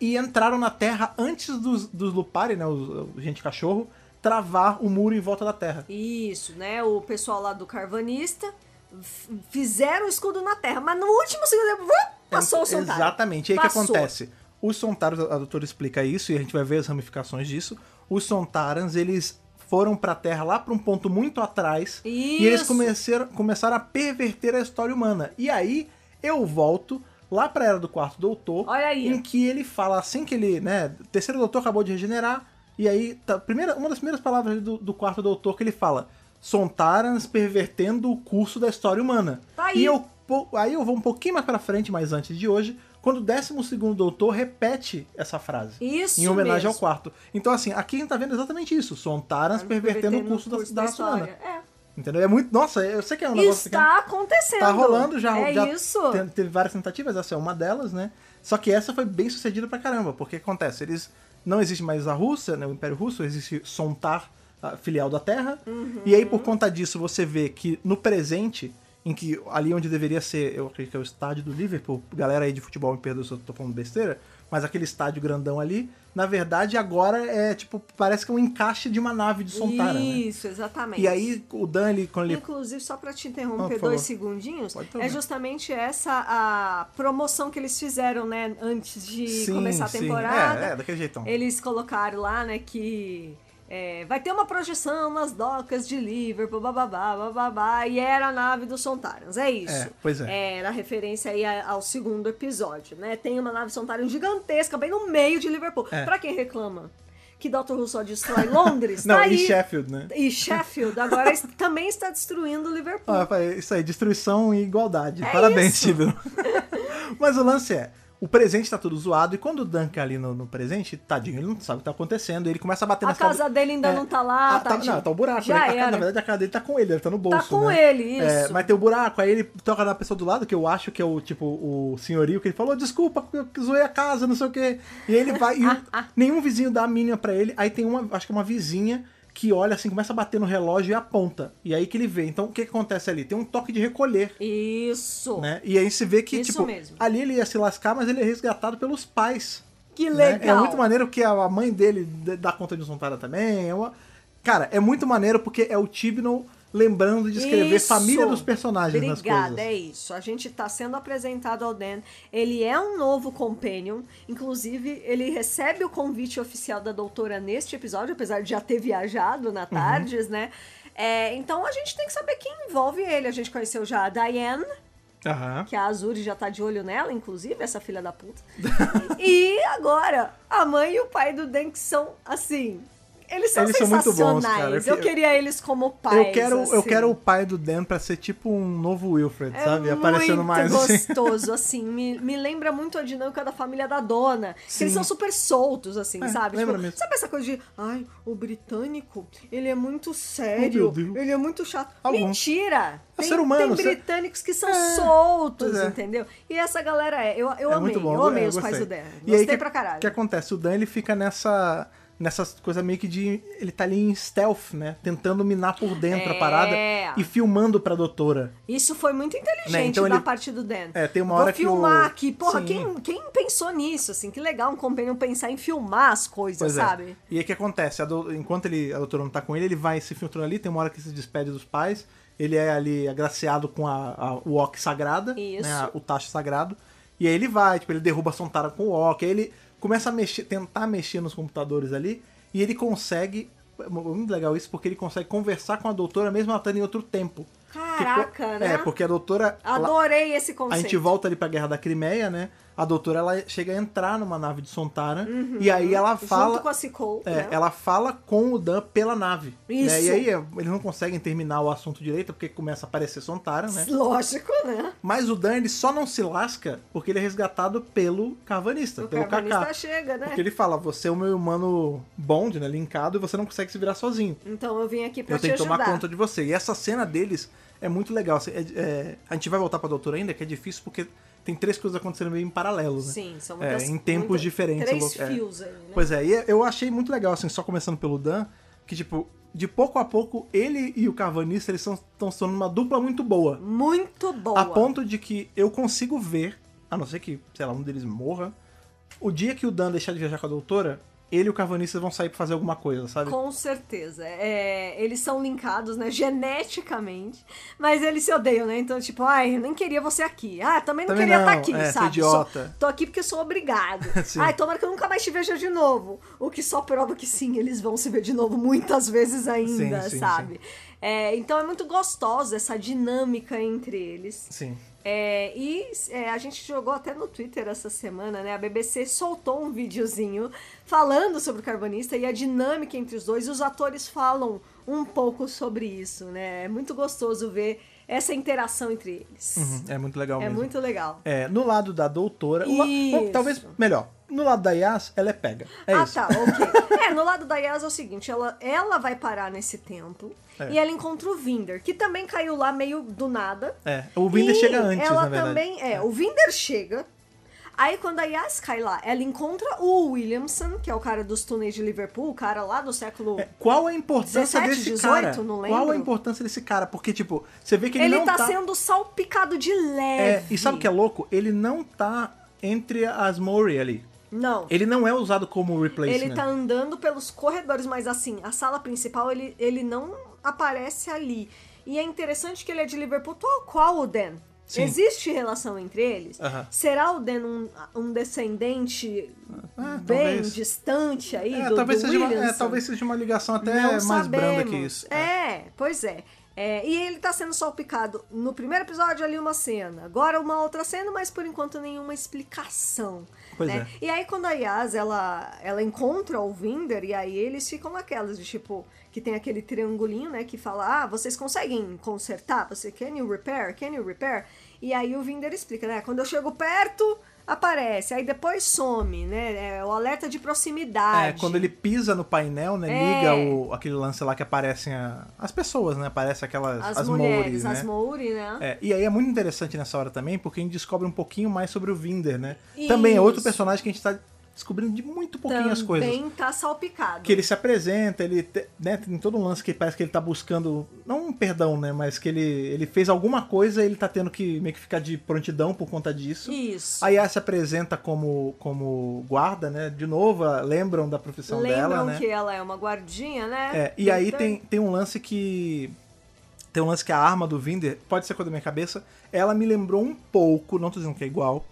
e entraram na Terra antes dos, dos Lupari, né? Os, o gente cachorro, travar o muro em volta da Terra.
Isso, né? O pessoal lá do Carvanista f- fizeram o escudo na terra, mas no último segundo vup, passou o Sontaro.
Exatamente. E aí o que
Passou.
acontece? Os Sontarans, a doutora explica isso e a gente vai ver as ramificações disso. Os Sontarans, eles foram pra Terra lá pra um ponto muito atrás. E eles
Isso.
começaram, começaram a perverter a história humana. E aí eu volto lá pra Era do Quarto Doutor,
Olha aí.
em que ele fala assim que ele, né, o terceiro doutor acabou de regenerar. E aí, tá- primeira, uma das primeiras palavras do, do quarto doutor que ele fala: Sontarans pervertendo o curso da história humana.
Tá aí.
E eu, po- aí eu vou um pouquinho mais pra frente, mas antes de hoje, quando o 12 doutor repete essa frase.
Isso
Em homenagem ao
mesmo.
quarto. Então, assim, aqui a gente tá vendo exatamente isso.
Tá
Sontarans Tá pervertendo, o curso, da, da, raça humana.
história. É.
Entendeu? É muito. Nossa, eu sei que é um negócio que-
Está acontecendo.
Tá rolando já.
É
já
isso.
te- Teve várias tentativas, essa é uma delas, né? Só que essa foi bem sucedida pra caramba, porque acontece, eles. Não existe mais a Rússia, né? O Império Russo, existe Sontar, a filial da Terra.
Uhum.
E aí, por conta disso, você vê que no presente, em que ali onde deveria ser, eu acredito que é o estádio do Liverpool, galera aí de futebol me perdoa se eu tô falando besteira, mas aquele estádio grandão ali, na verdade, agora é tipo, parece que é um encaixe de uma nave de Sontara, né?
Isso, exatamente.
E aí o Dan, ele, quando ele
Inclusive, só para te
Ah, por
interromper
favor.
dois segundinhos,
Pode tomar.
é justamente essa a promoção que eles fizeram, né, antes de
Sim,
começar a
sim.
temporada.
É, é, daquele jeitão.
Eles colocaram lá, né, que é, vai ter uma projeção nas docas de Liverpool, bababá, bababá, e era a nave dos Sontarans, é isso.
É, pois é.
Era referência aí a- ao segundo episódio, né? Tem uma nave Sontaran gigantesca bem no meio de Liverpool.
É.
Pra quem reclama que Dr. Who só destrói Londres,
Não,
tá aí.
e Sheffield, né?
E Sheffield agora es- também está destruindo o Liverpool.
Ah, pai, isso aí, destruição e igualdade. Parabéns,
É isso.
Tibro. Mas o lance é, o presente tá tudo zoado, e quando o Duncan é ali no, no presente, tadinho, ele não sabe o que tá acontecendo, ele começa a bater
a
na
casa dele ainda não tá lá,
Ah, tá,
tadinho.
não, tá o buraco. né?
Já
A ca-
era.
na verdade, a cara dele tá com ele, ele tá no bolso.
com
né?
ele,
É,
isso.
mas tem o buraco, aí ele toca na pessoa do lado, que eu acho que é o tipo o senhorio, que ele falou: desculpa, eu zoei a casa, não sei o quê. E aí ele vai. e o-
Ah,
nenhum vizinho dá a mínima pra ele. Aí tem uma, acho que é uma vizinha que olha assim, começa a bater no relógio e aponta. E aí que ele vê. Então o que, que acontece ali? Tem um toque de recolher.
Isso.
Né? E aí se vê que,
Isso
tipo,
mesmo.
ali ele ia se lascar, mas ele é resgatado pelos pais.
Que
né?
legal.
É muito maneiro que a mãe dele d- dá conta de um Sontara também. É uma... Cara, é muito maneiro porque é o Tibnon lembrando de escrever
Isso.
família dos personagens nas coisas.
Obrigada, é isso. A gente tá sendo apresentado ao Dan. Ele é um novo companion. Inclusive, ele recebe o convite oficial da doutora neste episódio, apesar de já ter viajado
Uhum.
na Tardes, né? É, então a gente tem que saber quem envolve ele. A gente conheceu já a Diane,
Aham.
que a Azuri já tá de olho nela, inclusive, essa filha da puta. e agora, a mãe e o pai do Dan que são assim. Eles são
Eles são muito
sensacionais.
bons, cara. Eu
Eu,
que-
queria eles como pais.
Eu quero, eu
assim.
quero o pai do Dan pra ser tipo um novo Wilfred,
É
sabe? Aparecendo
muito
mais assim.
gostoso, assim. Me, me lembra muito a dinâmica da família da dona. que
Sim.
eles são super soltos, assim,
É,
sabe?
lembra
Tipo,
mesmo.
Sabe essa coisa de, ai, o britânico, ele é muito
Oh, meu
sério,
Deus.
ele é muito chato.
Alguns.
Mentira!
É
tem,
ser humano,
tem
ser-
britânicos que são
É,
soltos,
pois é.
entendeu? E essa galera é. Eu, eu
é
amei,
muito bom.
eu amei os
gostei.
pais do Dan.
E aí
Gostei
que,
pra caralho.
que acontece? O Dan ele fica nessa nessa coisa meio que de ele tá ali em stealth, né? Tentando minar por dentro a
É.
parada e filmando pra doutora.
Isso foi muito inteligente
Né, então
da
ele-
parte do Dan.
É, tem uma
Vou
hora que o-
filmar aqui. Porra,
Sim.
quem, quem pensou nisso, assim? Que legal um companion pensar em filmar as coisas,
Pois
sabe?
é. E aí o que acontece? A do- Enquanto ele, a doutora não tá com ele, ele vai se filtrando ali, tem uma hora que se despede dos pais, ele é ali agraciado com a, a o ok sagrada,
Isso.
né, a- o tacho sagrado, e aí ele vai, tipo, ele derruba a Sontara com o ok, aí ele começa a mexer, tentar mexer nos computadores ali, e ele consegue, é muito legal isso, porque ele consegue conversar com a doutora mesmo ela estando em outro tempo.
Caraca,
Porque-
né? um
É, porque a doutora... ela-
Adorei esse
a
conceito.
gente volta ali pra Guerra da Crimeia, né? A doutora, ela chega a entrar numa nave de Sontara, e aí ela fala...
Uhum. Junto com a Cicol.
É,
né?
ela fala com o Dan pela nave.
Isso.
né? E aí é, eles não conseguem terminar o assunto direito, porque começa a aparecer Sontara, né?
Lógico, né?
Mas o Dan, ele só não se lasca porque ele é resgatado pelo carvanista,
O
pelo Kaká.
carvanista chega, né?
Porque ele fala, você é o meu humano bond, né, linkado, e você não consegue se virar sozinho.
Então eu vim aqui pra
eu
te
tenho que tomar
ajudar.
conta de você. E essa cena deles é muito legal. assim, é- é- a gente vai voltar pra doutora ainda, que é difícil porque tem três coisas acontecendo meio em paralelo, né?
Sim, são
É,
muitas,
em tempos
muitas-
diferentes, eu
Três
vou- é.
fios aí, né?
Pois é, e eu achei muito legal, assim, só começando pelo Dan, que, tipo, de pouco a pouco, ele e o Carvanista, eles estão se tornando uma dupla muito boa.
Muito boa.
A ponto de que eu consigo ver, a não ser que, sei lá, um deles morra, o dia que o Dan deixar de viajar com a doutora, ele e o Carvanista vão sair pra fazer alguma coisa, sabe?
Com certeza. É, eles são linkados, né? Geneticamente. Mas eles se odeiam, né? Então, tipo, ai, nem queria você aqui. Ah, também não
Também
queria
não,
estar aqui,
é, sou
sabe?
idiota.
Sou- tô aqui porque sou obrigado.
Sim.
ai, tomara que eu nunca mais te veja de novo. O que só prova que sim, eles vão se ver de novo muitas vezes ainda,
Sim, sim,
sabe? É, então é muito gostosa essa dinâmica entre eles.
Sim.
É, e é, a gente jogou até no Twitter essa semana, né? A BBC soltou um videozinho falando sobre o Carbonista e a dinâmica entre os dois, e os atores falam um pouco sobre isso, né? É muito gostoso ver essa interação entre eles.
Uhum, é muito legal
é
mesmo.
muito legal.
É, no lado da doutora. o la-
Isso.
talvez melhor. No lado da Yas, ela é pega. É
ah,
isso.
tá, ok. é, no lado da Yas é o seguinte: ela, ela vai parar nesse templo
É.
e ela encontra o Vinder, que também caiu lá meio do nada.
É, o Winder
E
chega antes,
ela
na verdade.
também, é, o Vinder chega. Aí quando a Yas cai lá, ela encontra o Williamson, que é o cara dos túneis de Liverpool, o cara lá do século.
É, Qual a importância
17,
desse
18,
cara?
não lembro.
Qual a importância desse cara? Porque, tipo, você vê que ele,
ele
não
tá, sendo salpicado de
É,
leve.
e sabe o que é louco? Ele não tá entre as Mori ali.
Não.
Ele não é usado como replacement.
Ele tá andando pelos corredores, mas assim, a sala principal ele, ele não aparece ali. E é interessante que ele é de Liverpool, tal qual o Dan.
Sim.
Existe relação entre eles?
Aham.
Será o Dan um, um descendente
Ah,
bem
talvez.
distante aí
É,
do,
talvez,
do
seja uma, é,
Williamson?
talvez seja uma ligação até
Não
mais branda que
sabemos.
isso.
É, pois é. É, E ele tá sendo salpicado no primeiro episódio ali uma cena, agora uma outra cena, mas por enquanto nenhuma explicação.
Pois é.
né? E aí quando a Yas, ela, ela encontra o Vinder, e aí eles ficam naquelas de tipo, que tem aquele triangulinho, né, que fala, ah, vocês conseguem consertar? Você, can you repair? Can you repair? E aí o Vinder explica, né, quando eu chego perto, aparece, aí depois some, né, é o alerta de proximidade.
É, quando ele pisa no painel, né?
É.
Liga o, aquele lance lá que aparecem a- as pessoas, né? Aparece aquelas.
As,
As,
mulheres,
Mouris, né?
as Mouri, né?
É, e aí é muito interessante nessa hora também, porque a gente descobre um pouquinho mais sobre o Vinder, né? Também é outro
Isso.
personagem que a gente tá descobrindo de muito pouquinho as coisas.
Também tá salpicado.
Que ele se apresenta, ele te- né, tem todo um lance que parece que ele tá buscando, não um perdão, né? Mas que ele, ele fez alguma coisa e ele tá tendo que meio que ficar de prontidão por conta disso.
Isso.
A Yas se apresenta como, como guarda, né? De novo, ah, lembram da profissão
Lembram
dela, né?
que ela é uma guardinha, né?
É, e aí tem, tem um lance que. Tem um lance que a arma do Vinder, pode ser coisa da minha cabeça, ela me lembrou um pouco, não tô dizendo que é igual,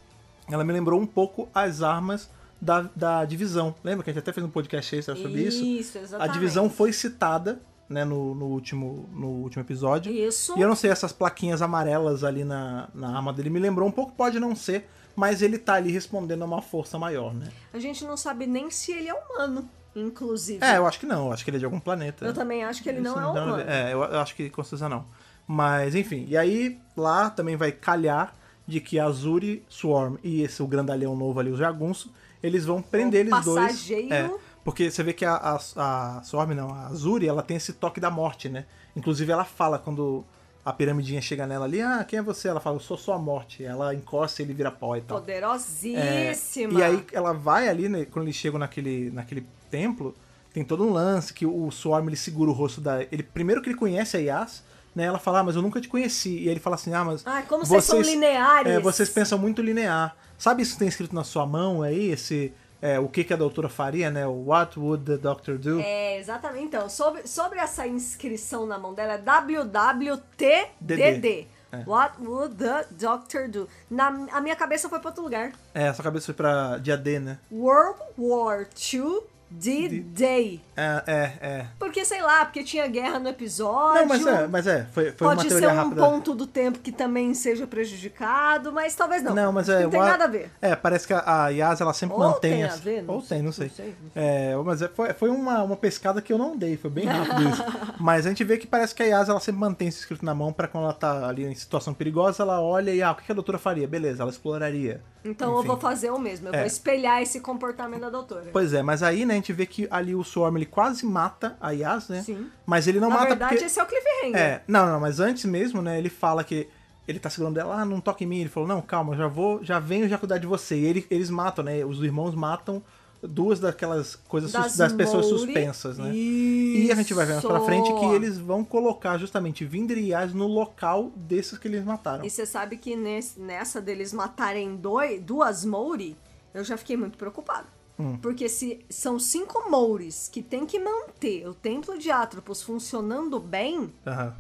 ela me lembrou um pouco as armas da, da divisão. Lembra que a gente até fez um podcast extra sobre isso?
Isso,
A
exatamente.
divisão foi citada, né, no, no último, no último episódio.
Isso.
E eu não sei, essas plaquinhas amarelas ali na, na arma dele me lembrou um pouco, pode não ser, mas ele tá ali respondendo a uma força maior, né?
A gente não sabe nem se ele é humano, inclusive.
É, eu acho que não, eu acho que ele é de algum planeta.
Eu também acho que ele
Isso
não é
dá nada a ver.
humano.
É, eu, eu acho que com certeza não. Mas, enfim, e aí lá também vai calhar de que Azuri, Swarm e esse o grandalhão novo ali, o Jagunço, eles vão prender eles dois.
Um passageiro.
É, porque você vê que a, a, a Swarm, não, a Azuri, ela tem esse toque da morte, né? Inclusive ela fala quando a piramidinha chega nela ali, ah, quem é você? Ela fala, eu sou sua morte. Ela encosta e ele vira pó e tal. então. É,
Poderosíssima.
E aí ela vai ali, né, quando eles chegam naquele, naquele templo, tem todo um lance que o Swarm ele segura o rosto da. Ele, primeiro que ele conhece a Yas, né? Ela fala, ah, mas eu nunca te conheci. E ele fala assim, ah, mas.
Ai, como vocês são lineares."
é, vocês pensam muito linear. Sabe isso que tem escrito na sua mão aí? Esse. é, o que, que a doutora faria, né? O What would the doctor do?
É, exatamente. Então, sobre, sobre essa inscrição na mão dela, é WWTDD.
É.
What would the doctor do? Na, a minha cabeça foi pra outro lugar.
É, sua cabeça foi pra dia D, né?
World War II D-Day.
É, é, é.
Porque, sei lá, porque tinha guerra no episódio.
Não, mas é, mas é, foi, foi uma
um Pode ser
teoria
um
rápida.
ponto do tempo que também seja prejudicado, mas talvez não.
Não, mas é.
Não tem
o a-
nada a ver.
É, parece que a, a Yas ela sempre
Ou
mantém.
tem a
essa-
ver, não
Ou tem, não sei.
sei, não
É, mas é- foi, foi uma, uma pescada que eu não dei, foi bem rápido isso. Mas a gente vê que parece que a Yas ela sempre mantém isso escrito na mão pra quando ela tá ali em situação perigosa, ela olha e, ah, o que que a doutora faria? Beleza, ela exploraria.
Então
Enfim.
eu vou fazer o mesmo. Eu
É.
vou espelhar esse comportamento da doutora.
Pois é, mas aí, né, a gente vê que ali o Swarm ele quase mata a Yas, né?
Sim.
Mas ele não
Na
mata
verdade,
porque...
esse é o cliffhanger.
É, não, não, mas antes mesmo, né, ele fala que ele tá segurando ela, ah, não toque em mim. Ele falou, não, calma, já vou, já venho já cuidar de você. E ele- eles matam, né, os irmãos matam duas daquelas coisas, sus- das, pessoas
Maury.
suspensas, né.
Isso.
E a gente vai ver mais pra frente que eles vão colocar justamente Vinder e Yas no local desses que eles mataram.
E você sabe que nesse- nessa deles matarem dois, duas Mouri, eu já fiquei muito preocupada.
Hum.
Porque se são cinco moures que tem que manter o templo de Atropos funcionando bem,
Aham.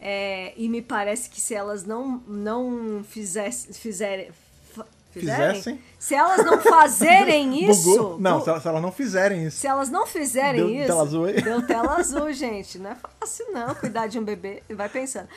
é, e me parece que se elas não, não fizesse, fizerem. fa-
Fizessem?
Se elas não fazerem isso.
Bugou? Não,
bu-
se elas, se elas não fizerem isso.
se elas não fizerem
Deu
isso.
tela azul aí?
Deu tela azul, gente. Não é fácil, não, cuidar de um bebê. Vai pensando.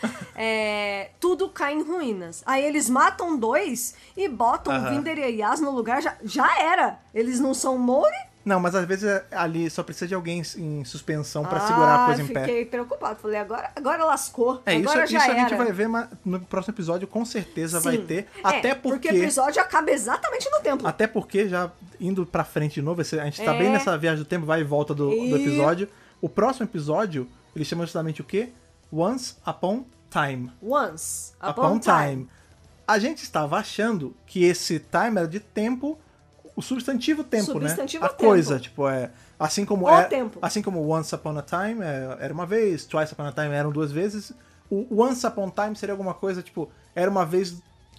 É, tudo cai em ruínas. Aí eles matam dois e botam
Aham.
Vinder e Yas no lugar. Já, já era. Eles não são Mori.
Não, mas às vezes é- ali só precisa de alguém em suspensão pra segurar a coisa em pé.
Ah, Fiquei preocupado. Falei, agora, agora lascou.
É, isso,
agora já
isso a
era.
gente vai ver mas no próximo episódio, com certeza vai
Sim.
ter.
É,
Até porque.
Porque o episódio acaba exatamente no templo.
Até porque, já indo pra frente de novo, esse- a gente tá
É.
bem nessa viagem do tempo, vai e volta do, do
E-
episódio. O próximo episódio, ele chama justamente o quê? Once Upon Time.
Once
Upon time. A gente estava achando que esse time era de tempo, o substantivo tempo,
Substantivo
né? A
tempo.
coisa, tipo, é. Assim como
O
é.
tempo.
Assim como Once Upon a Time é, era uma vez, Twice Upon a Time eram duas vezes. O Once Upon Time seria alguma coisa, tipo, era uma vez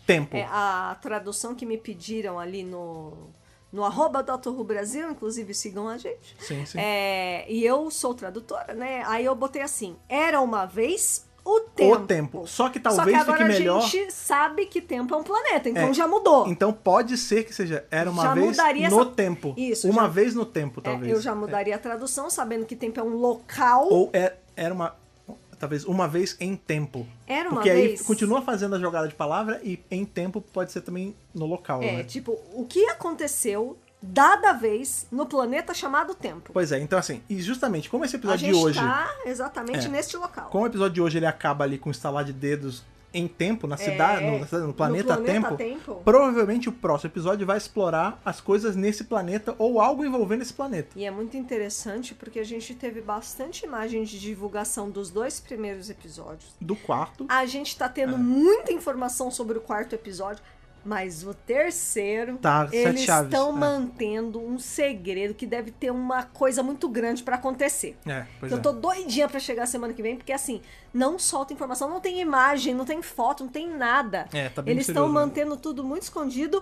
tempo.
É, a tradução que me pediram ali no, no arroba Dr. Who Brasil, inclusive sigam a gente.
Sim, sim.
É, e eu sou tradutora, né? Aí eu botei assim: era uma vez o tempo.
O tempo. Só que
Só que
talvez
agora
fique melhor.
a gente sabe que tempo é um planeta, então
É.
já mudou.
Então pode ser que seja era uma
Já
vez
mudaria
no
essa-
tempo.
Isso,
Uma
já-
vez no tempo,
É,
talvez.
eu já mudaria a tradução, sabendo que tempo é um local.
Ou é- era uma. Talvez uma vez em tempo.
Era uma
Porque
vez.
aí continua fazendo a jogada de palavra e em tempo pode ser também no local,
é,
né?
tipo, o que aconteceu dada vez no planeta chamado tempo.
Pois é, então assim, e justamente como esse
A
episódio
gente
de hoje.
tá exatamente
É.
neste local.
Como o episódio de hoje ele acaba ali com o estalar de dedos em tempo,
É,
na cidade, no- na cidade, no, planeta, tempo, provavelmente o próximo episódio vai explorar as coisas nesse planeta ou algo envolvendo esse planeta.
E é muito interessante porque a gente teve bastante imagem de divulgação dos dois primeiros episódios.
Do quarto.
A gente tá
É.
tendo muita informação sobre o quarto episódio, mas o terceiro.
Tá, sete
Eles
chaves.
estão
é.
mantendo um segredo que deve ter uma coisa muito grande pra acontecer.
É, pois
eu
é.
tô doidinha pra chegar semana que vem, porque assim, não solta informação, não tem imagem, não tem foto, não tem nada.
É, tá bem
Eles estão
misterioso, né?
mantendo tudo muito escondido.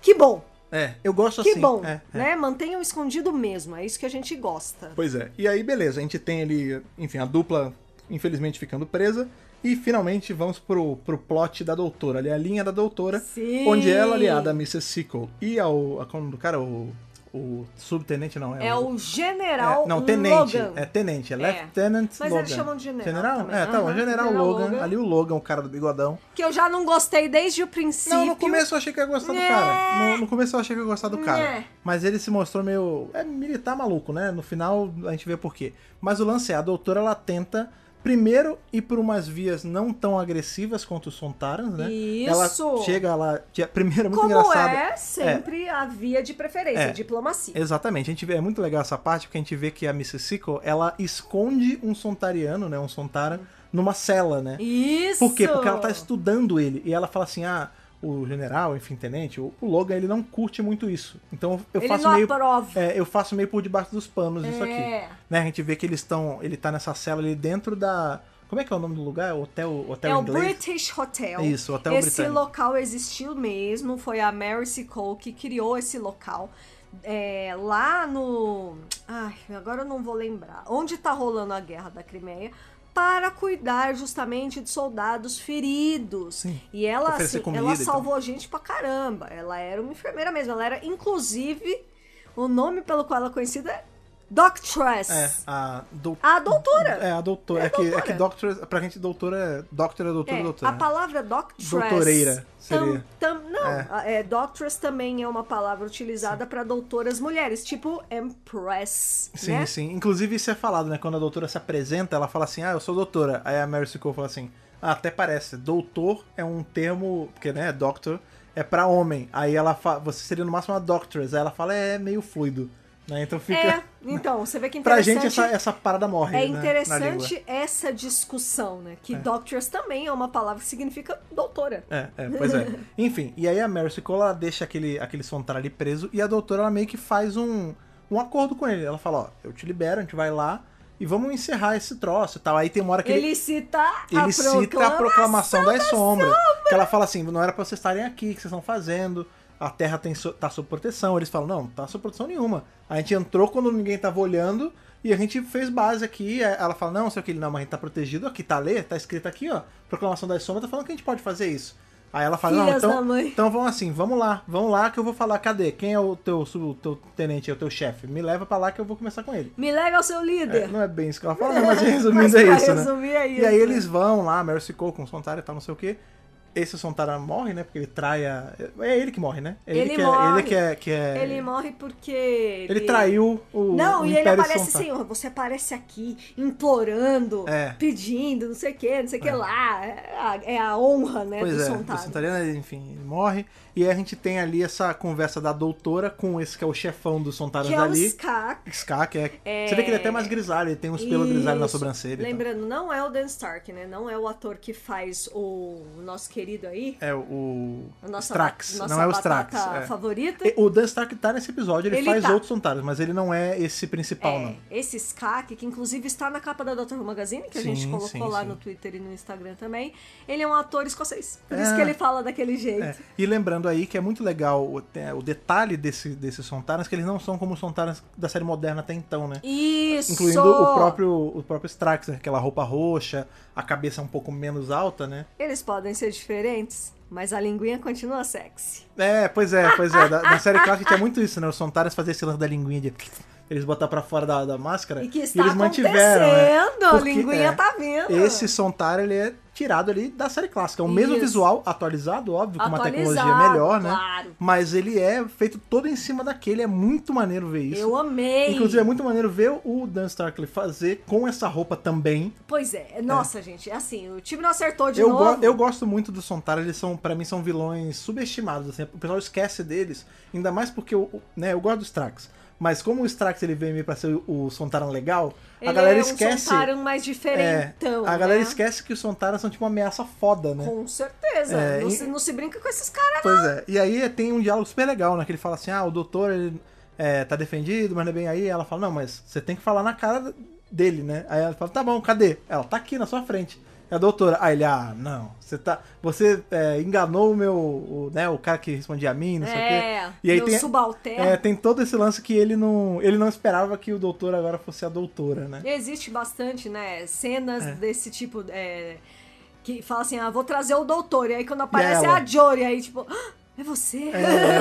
Que bom!
É, eu gosto
Que
assim.
bom,
é, é.
né? Mantenham escondido mesmo, é isso que a gente gosta.
Pois é. E aí, beleza, a gente tem ali, enfim, a dupla, infelizmente, ficando presa. E finalmente vamos pro, pro plot da doutora, ali a linha da doutora.
Sim.
Onde é ela, aliada a Mrs. Sickle e ao. A, como do cara? O, o subtenente não é?
É o general
é, não, tenente.
Logan.
É tenente, é,
É.
Lieutenant
Mas eles
Logan.
chamam de general também.
É, tá, o
Aham,
general,
general
Logan,
Logan.
Ali o Logan, o cara do bigodão.
Que eu já não gostei desde o princípio.
Não, no começo eu achei que ia gostar do
Né?
cara. No, no começo eu achei que ia gostar do cara.
Né?
Mas ele se mostrou meio. É militar maluco, né? No final a gente vê por quê. Mas o lance é: a doutora ela tenta, primeiro, ir por umas vias não tão agressivas quanto os Sontarans, né?
Isso.
Ela chega lá. tia- Primeiro, é muito
Como
engraçado.
é sempre a via de preferência,
É.
diplomacia.
Exatamente, a gente vê, é muito legal essa parte, porque a gente vê que a Mrs. Sickle, ela esconde um Sontariano, né, um Sontara, numa cela, né?
Isso!
Por quê? Porque ela tá estudando ele. E ela fala assim: ah, o general, enfim, tenente, o o Logan, ele não curte muito isso. Então eu
Ele
faço
não
meio.
aprova.
é, eu faço meio por debaixo dos panos isso
É.
aqui. Né? A gente vê que eles estão. Ele tá nessa cela ali dentro da. Como é que é o nome do lugar? Hotel, hotel
É o
inglês?
British Hotel.
É isso, Hotel
Esse
Britânico.
local existiu mesmo, foi a Mary C. Cole que criou esse local. É, lá no. Ai, agora eu não vou lembrar. Onde tá rolando a guerra da Crimeia? Para cuidar justamente de soldados feridos.
Sim.
E ela,
Oferecer
assim,
comida
ela
e tal.
salvou gente pra caramba. Ela era uma enfermeira mesmo. Ela era, inclusive, o nome pelo qual ela é conhecida é Doctress.
É, a, dou-
A doutora.
É, a doutora. É, que, é que doctor, pra gente, doutora é. Doctora, doutora,
É,
doutora.
A palavra doctress.
Doutoreira,
tam-
seria.
tam- não,
É.
a- é. doctress também é uma palavra utilizada para doutoras mulheres, tipo empress.
Sim,
né?
sim. Inclusive, isso é falado, né? Quando a doutora se apresenta, ela fala assim: Ah, eu sou doutora. Aí a Mary Cole fala assim: Ah, até parece. Doutor é um termo, porque, né? Doctor é pra homem. Aí ela fala: Você seria no máximo uma doctress. Aí ela fala: É meio fluido. Né? Então fica.
É, então, você vê que
Pra
interessante.
gente, essa, essa parada morre.
é
né, na língua.
interessante essa discussão, né? Que doctress também é uma palavra que significa doutora.
É, é, pois é. Enfim, e aí a Mercy Cole, ela deixa aquele, aquele Sontar ali preso e a doutora, ela meio que faz um, um acordo com ele. Ela fala, ó, eu te libero, a gente vai lá e vamos encerrar esse troço e tal. Aí tem uma hora que ele,
Ele cita a
ele cita a proclamação das sombras. Que ela fala assim, não era pra vocês estarem aqui, o que vocês estão fazendo? a Terra tem, so- tá sob proteção. Eles falam, não, tá sob proteção nenhuma. A gente entrou quando ninguém tava olhando e a gente fez base aqui. Aí Ela fala, não, sei o que, ele não, mas a gente tá protegido. Aqui tá a lei, tá escrito aqui, ó. Proclamação das sombras, tá falando que a gente pode fazer isso. Aí ela fala, não,
Filhas da
então,
mãe.
então vamos assim, vamos lá, vamos lá que eu vou falar, cadê? Quem é o teu, sub- o teu tenente, é o teu chefe? Me leva pra lá que eu vou começar com ele.
Me leva ao seu
É,
líder.
não é bem isso que ela fala, né? mas resumindo
Mas
é
pra
isso, né?
resumir, é isso.
E aí eles vão lá, a Mary ficou com o Sontara e tal, não sei o quê. Esse Sontara morre, né? Porque ele trai a... É ele que morre, né? É
Ele
que É,
morre.
ele que é... Que é...
Ele morre porque. Ele,
ele traiu o
Não,
o
e ele
Império
aparece
Sontara.
assim, ó, você aparece aqui implorando,
É.
pedindo, não sei o que, não sei o que lá. É a, é a honra, né,
Pois
do
é,
Sontaro.
o Sontariano, enfim, ele morre. E aí a gente tem ali essa conversa da doutora com esse que é o chefão dos Sontaras
Que é o
ali.
Skak.
Ska, que é... Você vê que ele é até mais grisalho, ele tem uns pelos grisalhos na
Isso.
sobrancelha. e tal.
Lembrando, não é o Dan Stark, né? Não é o ator que faz o nosso querido aí.
É o...
A nossa,
Strax,
ba- nossa
não é o
batata
Strax. é.
favorita.
E O Dan Stark tá nesse episódio, ele,
Ele
faz
tá.
outros Sontaras, mas ele não é esse principal,
É,
não.
esse Skak, que inclusive está na capa da Dr. Who Magazine, que a gente
Sim,
colocou
sim,
lá
sim.
no Twitter e no Instagram também, ele é um ator escocês. Por
É.
isso que ele fala daquele jeito.
É, E lembrando aí que é muito legal o, é, o detalhe desse, desses Sontarans, que eles não são como os Sontarans da série moderna até então, né?
Isso!
Incluindo o próprio, o próprio Strax, né? aquela roupa roxa, a cabeça um pouco menos alta, né?
Eles podem ser diferentes, mas a linguinha continua sexy.
É, pois é, pois é. Da- Na série clássica tinha muito isso, né? Os Sontarans faziam esse lance da linguinha de... Eles botar pra fora da, da máscara.
E que está
É. eles
acontecendo!
mantiveram, né?
a
Porque,
linguinha
é,
tá vindo!
Esse Sontara, ele é tirado ali da série clássica. É o mesmo
Isso.
visual, atualizado, óbvio, com uma tecnologia
Atualizado,
melhor, né?
claro.
Mas ele é feito todo em cima daquele. É muito maneiro ver isso.
Eu amei!
Inclusive, é muito maneiro ver o Dan Starkley fazer com essa roupa também.
Pois é, nossa, gente, assim, o time não acertou de
Eu,
novo.
go- eu gosto muito do Sontara, eles são, pra mim, são vilões subestimados, assim. O pessoal esquece deles, ainda mais porque eu, né, eu gosto do Strax. Mas como o Strax ele veio meio pra ser o, o Sontara legal,
Ele
a galera
é um
esquece.
Sontaran mais
é,
diferentão,
a galera
né?
esquece que os Sontaras são tipo uma ameaça foda, né?
Com certeza.
É,
não,
e-
se, não se brinca com esses caras,
Pois é. E aí tem um diálogo super legal, né? Que ele fala assim: ah, o doutor, ele é, tá defendido, mas não é bem aí. Ela fala: não, mas você tem que falar na cara dele, né? Aí ela fala: tá bom, cadê? Ela tá aqui na sua frente. É a doutora. Aí ele: ah, não, você tá. Você é, enganou o meu. O, né, o cara que respondia a mim, não
não.
sei o quê.
É,
E aí
meu
tem.
subalterno.
é, tem todo esse lance que ele não. Ele não esperava que o doutor agora fosse a doutora, né?
Existe bastante, né? Cenas desse tipo. é, que fala assim, ah, vou trazer o doutor. E aí quando aparece é
ela.
a Jory, aí tipo, "Ah, é você?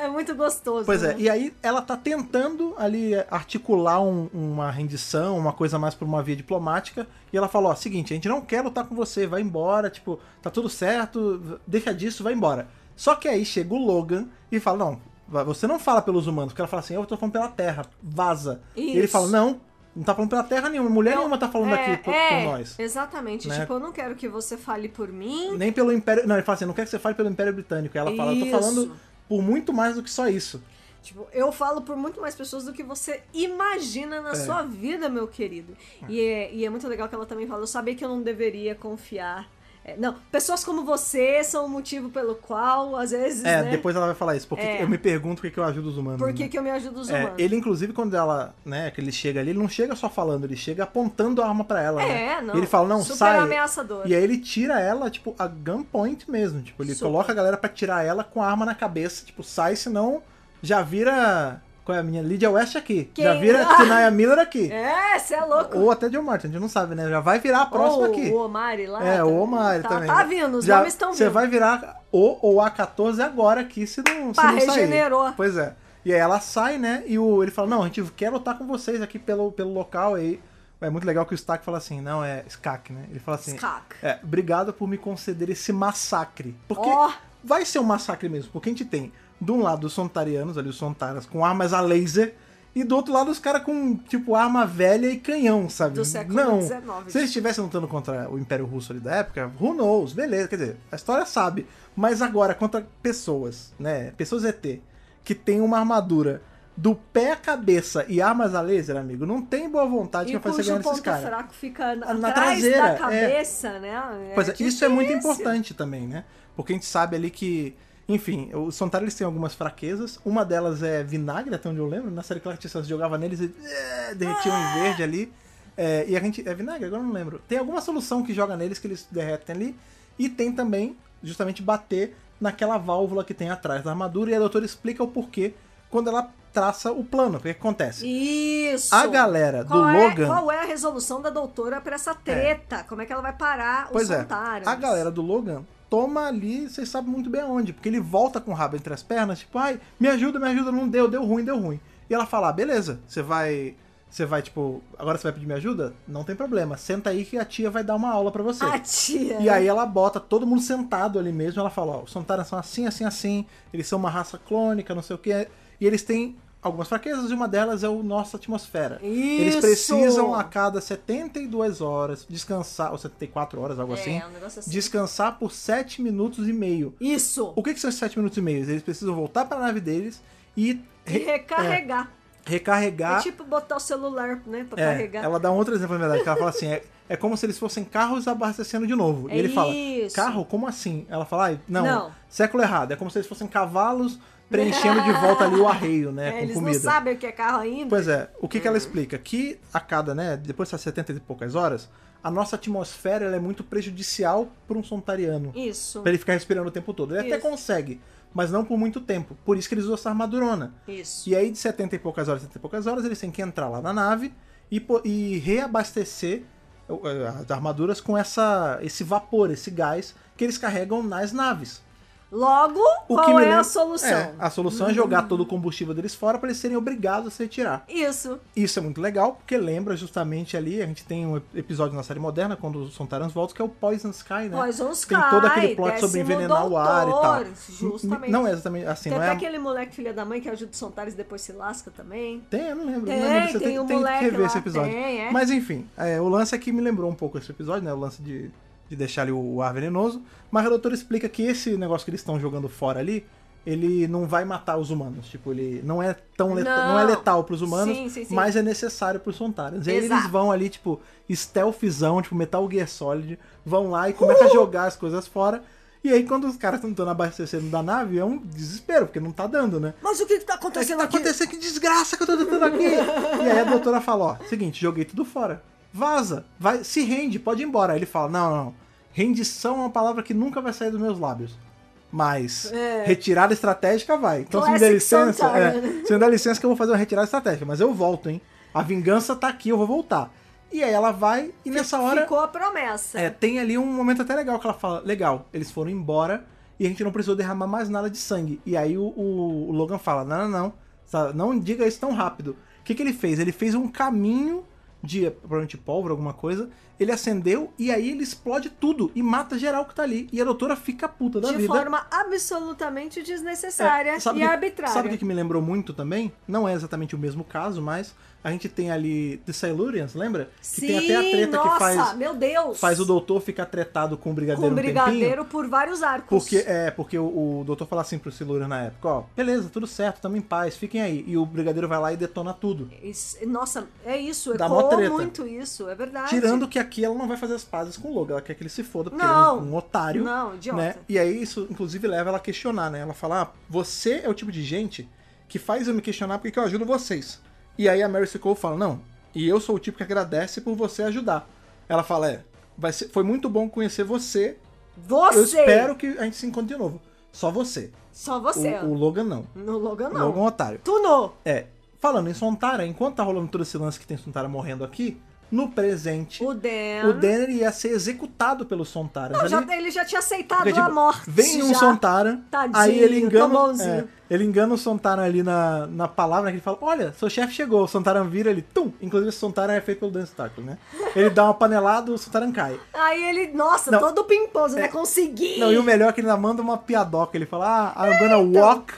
É, muito gostoso.
Pois é,
né?
e aí ela tá tentando ali articular um- uma rendição, uma coisa mais por uma via diplomática, e ela falou, ó, seguinte, a gente não quer lutar com você, vai embora, tipo, tá tudo certo, deixa disso, vai embora. Só que aí chega o Logan e fala, não, va- você não fala pelos humanos, porque ela fala assim, eu tô falando pela Terra, vaza. E ele
Isso.
fala, não, não tá falando pela Terra nenhuma, mulher nenhuma tá falando aqui por,
é,
por nós.
Exatamente.
né?
Tipo, eu não quero que você fale por mim.
Nem pelo Império... Não, ele fala assim, não quero que você fale pelo Império Britânico. Ela fala, eu tô
Isso.
falando por muito mais do que só isso.
Tipo, eu falo por muito mais pessoas do que você imagina
É.
na sua vida, meu querido. E, é, e é muito legal que ela também fala, eu sabia que eu não deveria confiar. É, não, pessoas como você são o motivo pelo qual, às vezes,
É,
né?
depois ela vai falar isso. Porque
É.
eu me pergunto por que que eu ajudo os humanos.
Por que,
né?
que eu me ajudo os
É,
humanos?
ele, inclusive, quando ela, né, que ele chega ali, ele não chega só falando, ele chega apontando a arma pra ela, né?
É, não.
E ele fala, não,
Super
sai.
ameaçador.
E aí ele tira ela, tipo, a gunpoint mesmo. Tipo, ele
Super.
coloca a galera pra tirar ela com a arma na cabeça, tipo, sai, senão já vira. Qual é a minha? Lydia West aqui.
Quem-
Já vira
Ah!
Tinaya Miller aqui.
É, você é louco.
Ou até John Martin, a gente não sabe, né? Já vai virar a próxima
Ou
aqui.
O Omari lá.
É, o
tá-
Omar
tá,
também.
Tá vindo, os nomes estão
Você
vindo.
vai virar O ou A14 agora aqui, se não, se
Pá,
não sair.
regenerou.
Pois é. E aí ela sai, né? E o, ele fala, não, a gente quer lutar com vocês aqui pelo, pelo local. Aí é muito legal que o Stack fala assim, não, é Skak, né? Ele fala assim,
Skak.
é, obrigado por me conceder esse massacre. Porque
Ó.
vai ser um massacre mesmo, porque a gente tem, de um lado, os Sontarianos, ali os Sontaras, com armas a laser... E do outro lado, os caras com, tipo, arma velha e canhão, sabe?
Do século
Não.
19,
Se eles estivessem lutando contra o Império Russo ali da época, who knows? Beleza, quer dizer, a história sabe. Mas agora, contra pessoas, né? Pessoas ET, que tem uma armadura do pé à cabeça e armas a laser, amigo, não tem boa vontade
E
pra fazer
cujo
ganhar esses
ponto
caras.
fraco fica na,
Na
atrás
traseira,
da
é.
cabeça, né?
Pois é, isso é muito
difícil.
importante também, né? Porque a gente sabe ali que. Enfim, os Sontar eles têm algumas fraquezas. Uma delas é vinagre, até onde eu lembro. Na série Clark você jogava neles e é, derretia
Ah!
um verde ali. É, e a gente. É vinagre? Agora eu não lembro. Tem alguma solução que joga neles que eles derretem ali. E tem também, justamente, bater naquela válvula que tem atrás da armadura e a doutora explica o porquê quando ela traça o plano. O que acontece?
Isso!
A galera
qual
do
é,
Logan.
Qual é a resolução da doutora pra essa treta? Como é que ela vai parar
Pois
os
é,
Sontarans?
a galera do Logan toma ali, vocês sabem muito bem aonde, porque ele volta com o rabo entre as pernas, tipo, ai, me ajuda, me ajuda, não deu, deu ruim, deu ruim. E ela fala, ah, beleza, você vai, você vai, tipo, agora você vai pedir minha ajuda? Não tem problema, senta aí que a tia vai dar uma aula pra você.
A Ah, tia.
E aí ela bota todo mundo sentado ali mesmo. Ela fala: ó, os Sontarans são assim, assim, assim. Eles são uma raça clônica, não sei o que. E eles têm algumas fraquezas e uma delas é o nossa atmosfera. Eles
Isso!
precisam a cada 72 horas descansar, ou 74 horas, algo
É,
assim.
é um negócio assim.
Descansar por 7 minutos e meio.
Isso!
O que, que são esses 7 minutos e meio? Eles precisam voltar pra nave deles e
E
re-
recarregar.
é, recarregar.
É tipo botar o celular, né, pra
É,
carregar.
ela dá um outro exemplo, na verdade, que ela fala assim, é, é como se eles fossem carros abastecendo de novo.
É
e ele fala,
isso.
carro? Como assim? Ela fala, "Ai, não,
Não.
século errado. É como se eles fossem cavalos preenchendo de volta ali o arreio, né,
É,
com
eles
comida.
não sabem o que é carro ainda.
Pois é, o que, que ela
Uhum.
explica? Que a cada, né, depois dessas 70 e poucas horas, a nossa atmosfera ela é muito prejudicial para um sontariano.
Isso.
Pra ele ficar respirando o tempo todo. Ele até
Isso.
consegue, mas não por muito tempo. Por isso que eles usam essa armadurona.
Isso.
E aí, de 70 e poucas horas, 70 e poucas horas, eles têm que entrar lá na nave e, po- e reabastecer uh, as armaduras com essa, esse vapor, esse gás que eles carregam nas naves.
Logo,
O
qual
que
é
me lembra-
a solução? Hum.
É, a solução é jogar todo o combustível deles fora para eles serem obrigados a se retirar.
Isso.
Isso é muito legal, porque lembra justamente ali, a gente tem um episódio na série moderna, quando os Sontarans voltam, que é o Poison Sky, né?
Poison
Tem
Sky,
todo aquele plot sobre
décimo
envenenar o ar e tal.
doutor, justamente.
Não é exatamente assim,
Tem
não
até
é...
aquele moleque filha da mãe que ajuda os Sontares e depois se lasca também.
Tem, eu não lembro.
Tem,
não lembro. Você
tem um
tem que
moleque
rever
lá,
esse episódio.
tem, é.
Mas enfim, é, o lance é que me lembrou um pouco esse episódio, né? O lance de, de deixar ali o, o ar venenoso. Mas a doutora explica que esse negócio que eles estão jogando fora ali, ele não vai matar os humanos. Tipo, ele não é tão letal, não.
Não.
é letal pros humanos,
Sim, sim, sim.
mas é necessário pros Sontarans. E aí eles
Exato.
vão ali, tipo, stealthzão, tipo Metal Gear Solid, vão lá e começam a jogar as coisas fora. E aí, quando os caras estão tentando abastecer da nave, é um desespero, porque não tá dando, né?
Mas o que, que
Tá
tá acontecendo
acontecendo, que desgraça que eu tô tentando aqui. e aí a doutora fala, ó, seguinte, joguei tudo fora. Vaza, vai, se rende, pode ir embora. Aí ele fala, não, não, não. rendição é uma palavra que nunca vai sair dos meus lábios. Mas
É.
retirada estratégica vai. Então se me der
Classic
licença, é,
Santana.
se me der licença que eu vou fazer uma retirada estratégica, mas eu volto, hein? A vingança tá aqui, eu vou voltar. E aí ela vai e nessa hora
Ficou a promessa.
é, tem ali um momento até legal que ela fala: legal, eles foram embora e a gente não precisou derramar mais nada de sangue. E aí o, o- o Logan fala: não, não, não, sa- não diga isso tão rápido. O que, que ele fez? Ele fez um caminho de provavelmente pólvora, alguma coisa. Ele acendeu e aí ele explode tudo e mata geral que tá ali. E a doutora fica puta da
de
vida.
forma absolutamente desnecessária
É, sabe
e
que-
arbitrária.
Sabe o que, que me lembrou muito também? Não é exatamente o mesmo caso, mas a gente tem ali The Silurians, lembra? Que
Sim,
tem até a treta
nossa,
que faz,
meu Deus.
faz o doutor ficar tretado com o
com
brigadeiro
o
um tempinho.
brigadeiro por vários arcos.
Porque, é, porque o, o doutor fala assim pro Silurian na época, ó, beleza, tudo certo, tamo em paz, fiquem aí. E o brigadeiro vai lá e detona tudo.
Isso- nossa, é isso,
Dá mó
ecoou
treta.
muito isso, é verdade.
Tirando que aqui ela não vai fazer as pazes com o Logan, ela quer que ele se foda, porque
Não.
ele é um, um otário.
Não, idiota.
Né? E aí isso, inclusive, leva ela a questionar, né? Ela fala, ah, você é o tipo de gente que faz eu me questionar porque que eu ajudo vocês. E aí a Mary Cole fala, não, e eu sou o tipo que agradece por você ajudar. Ela fala, é, vai ser- foi muito bom conhecer você,
Você!
eu espero que a gente se encontre de novo. Só você.
Só você.
O, o Logan não.
No Logan
Logan
não.
é um otário.
Tu não.
É, falando em Sontara, enquanto tá rolando todo esse lance que tem Sontara morrendo aqui, no presente,
O Dan.
o Denner ia ser executado pelos Sontaras.
Não,
ali,
já- ele já tinha aceitado
porque,
a
tipo,
morte.
Vem um
já.
Sontara,
Tadinho,
aí ele engana,
tá bonzinho.
é, ele engana o Sontara ali na, na palavra, que ele fala, olha, seu chefe chegou, o Sontara vira, ele, tum! Inclusive, esse Sontara é feito pelo Dan Starkle, né? Ele dá uma panelada, o Sontara cai.
Aí ele, nossa,
Não.
todo pimposo,
É.
né? Consegui!
Não, e o melhor é que ele ainda manda uma piadoca, ele fala, ah,
É,
I'm gonna
então.
walk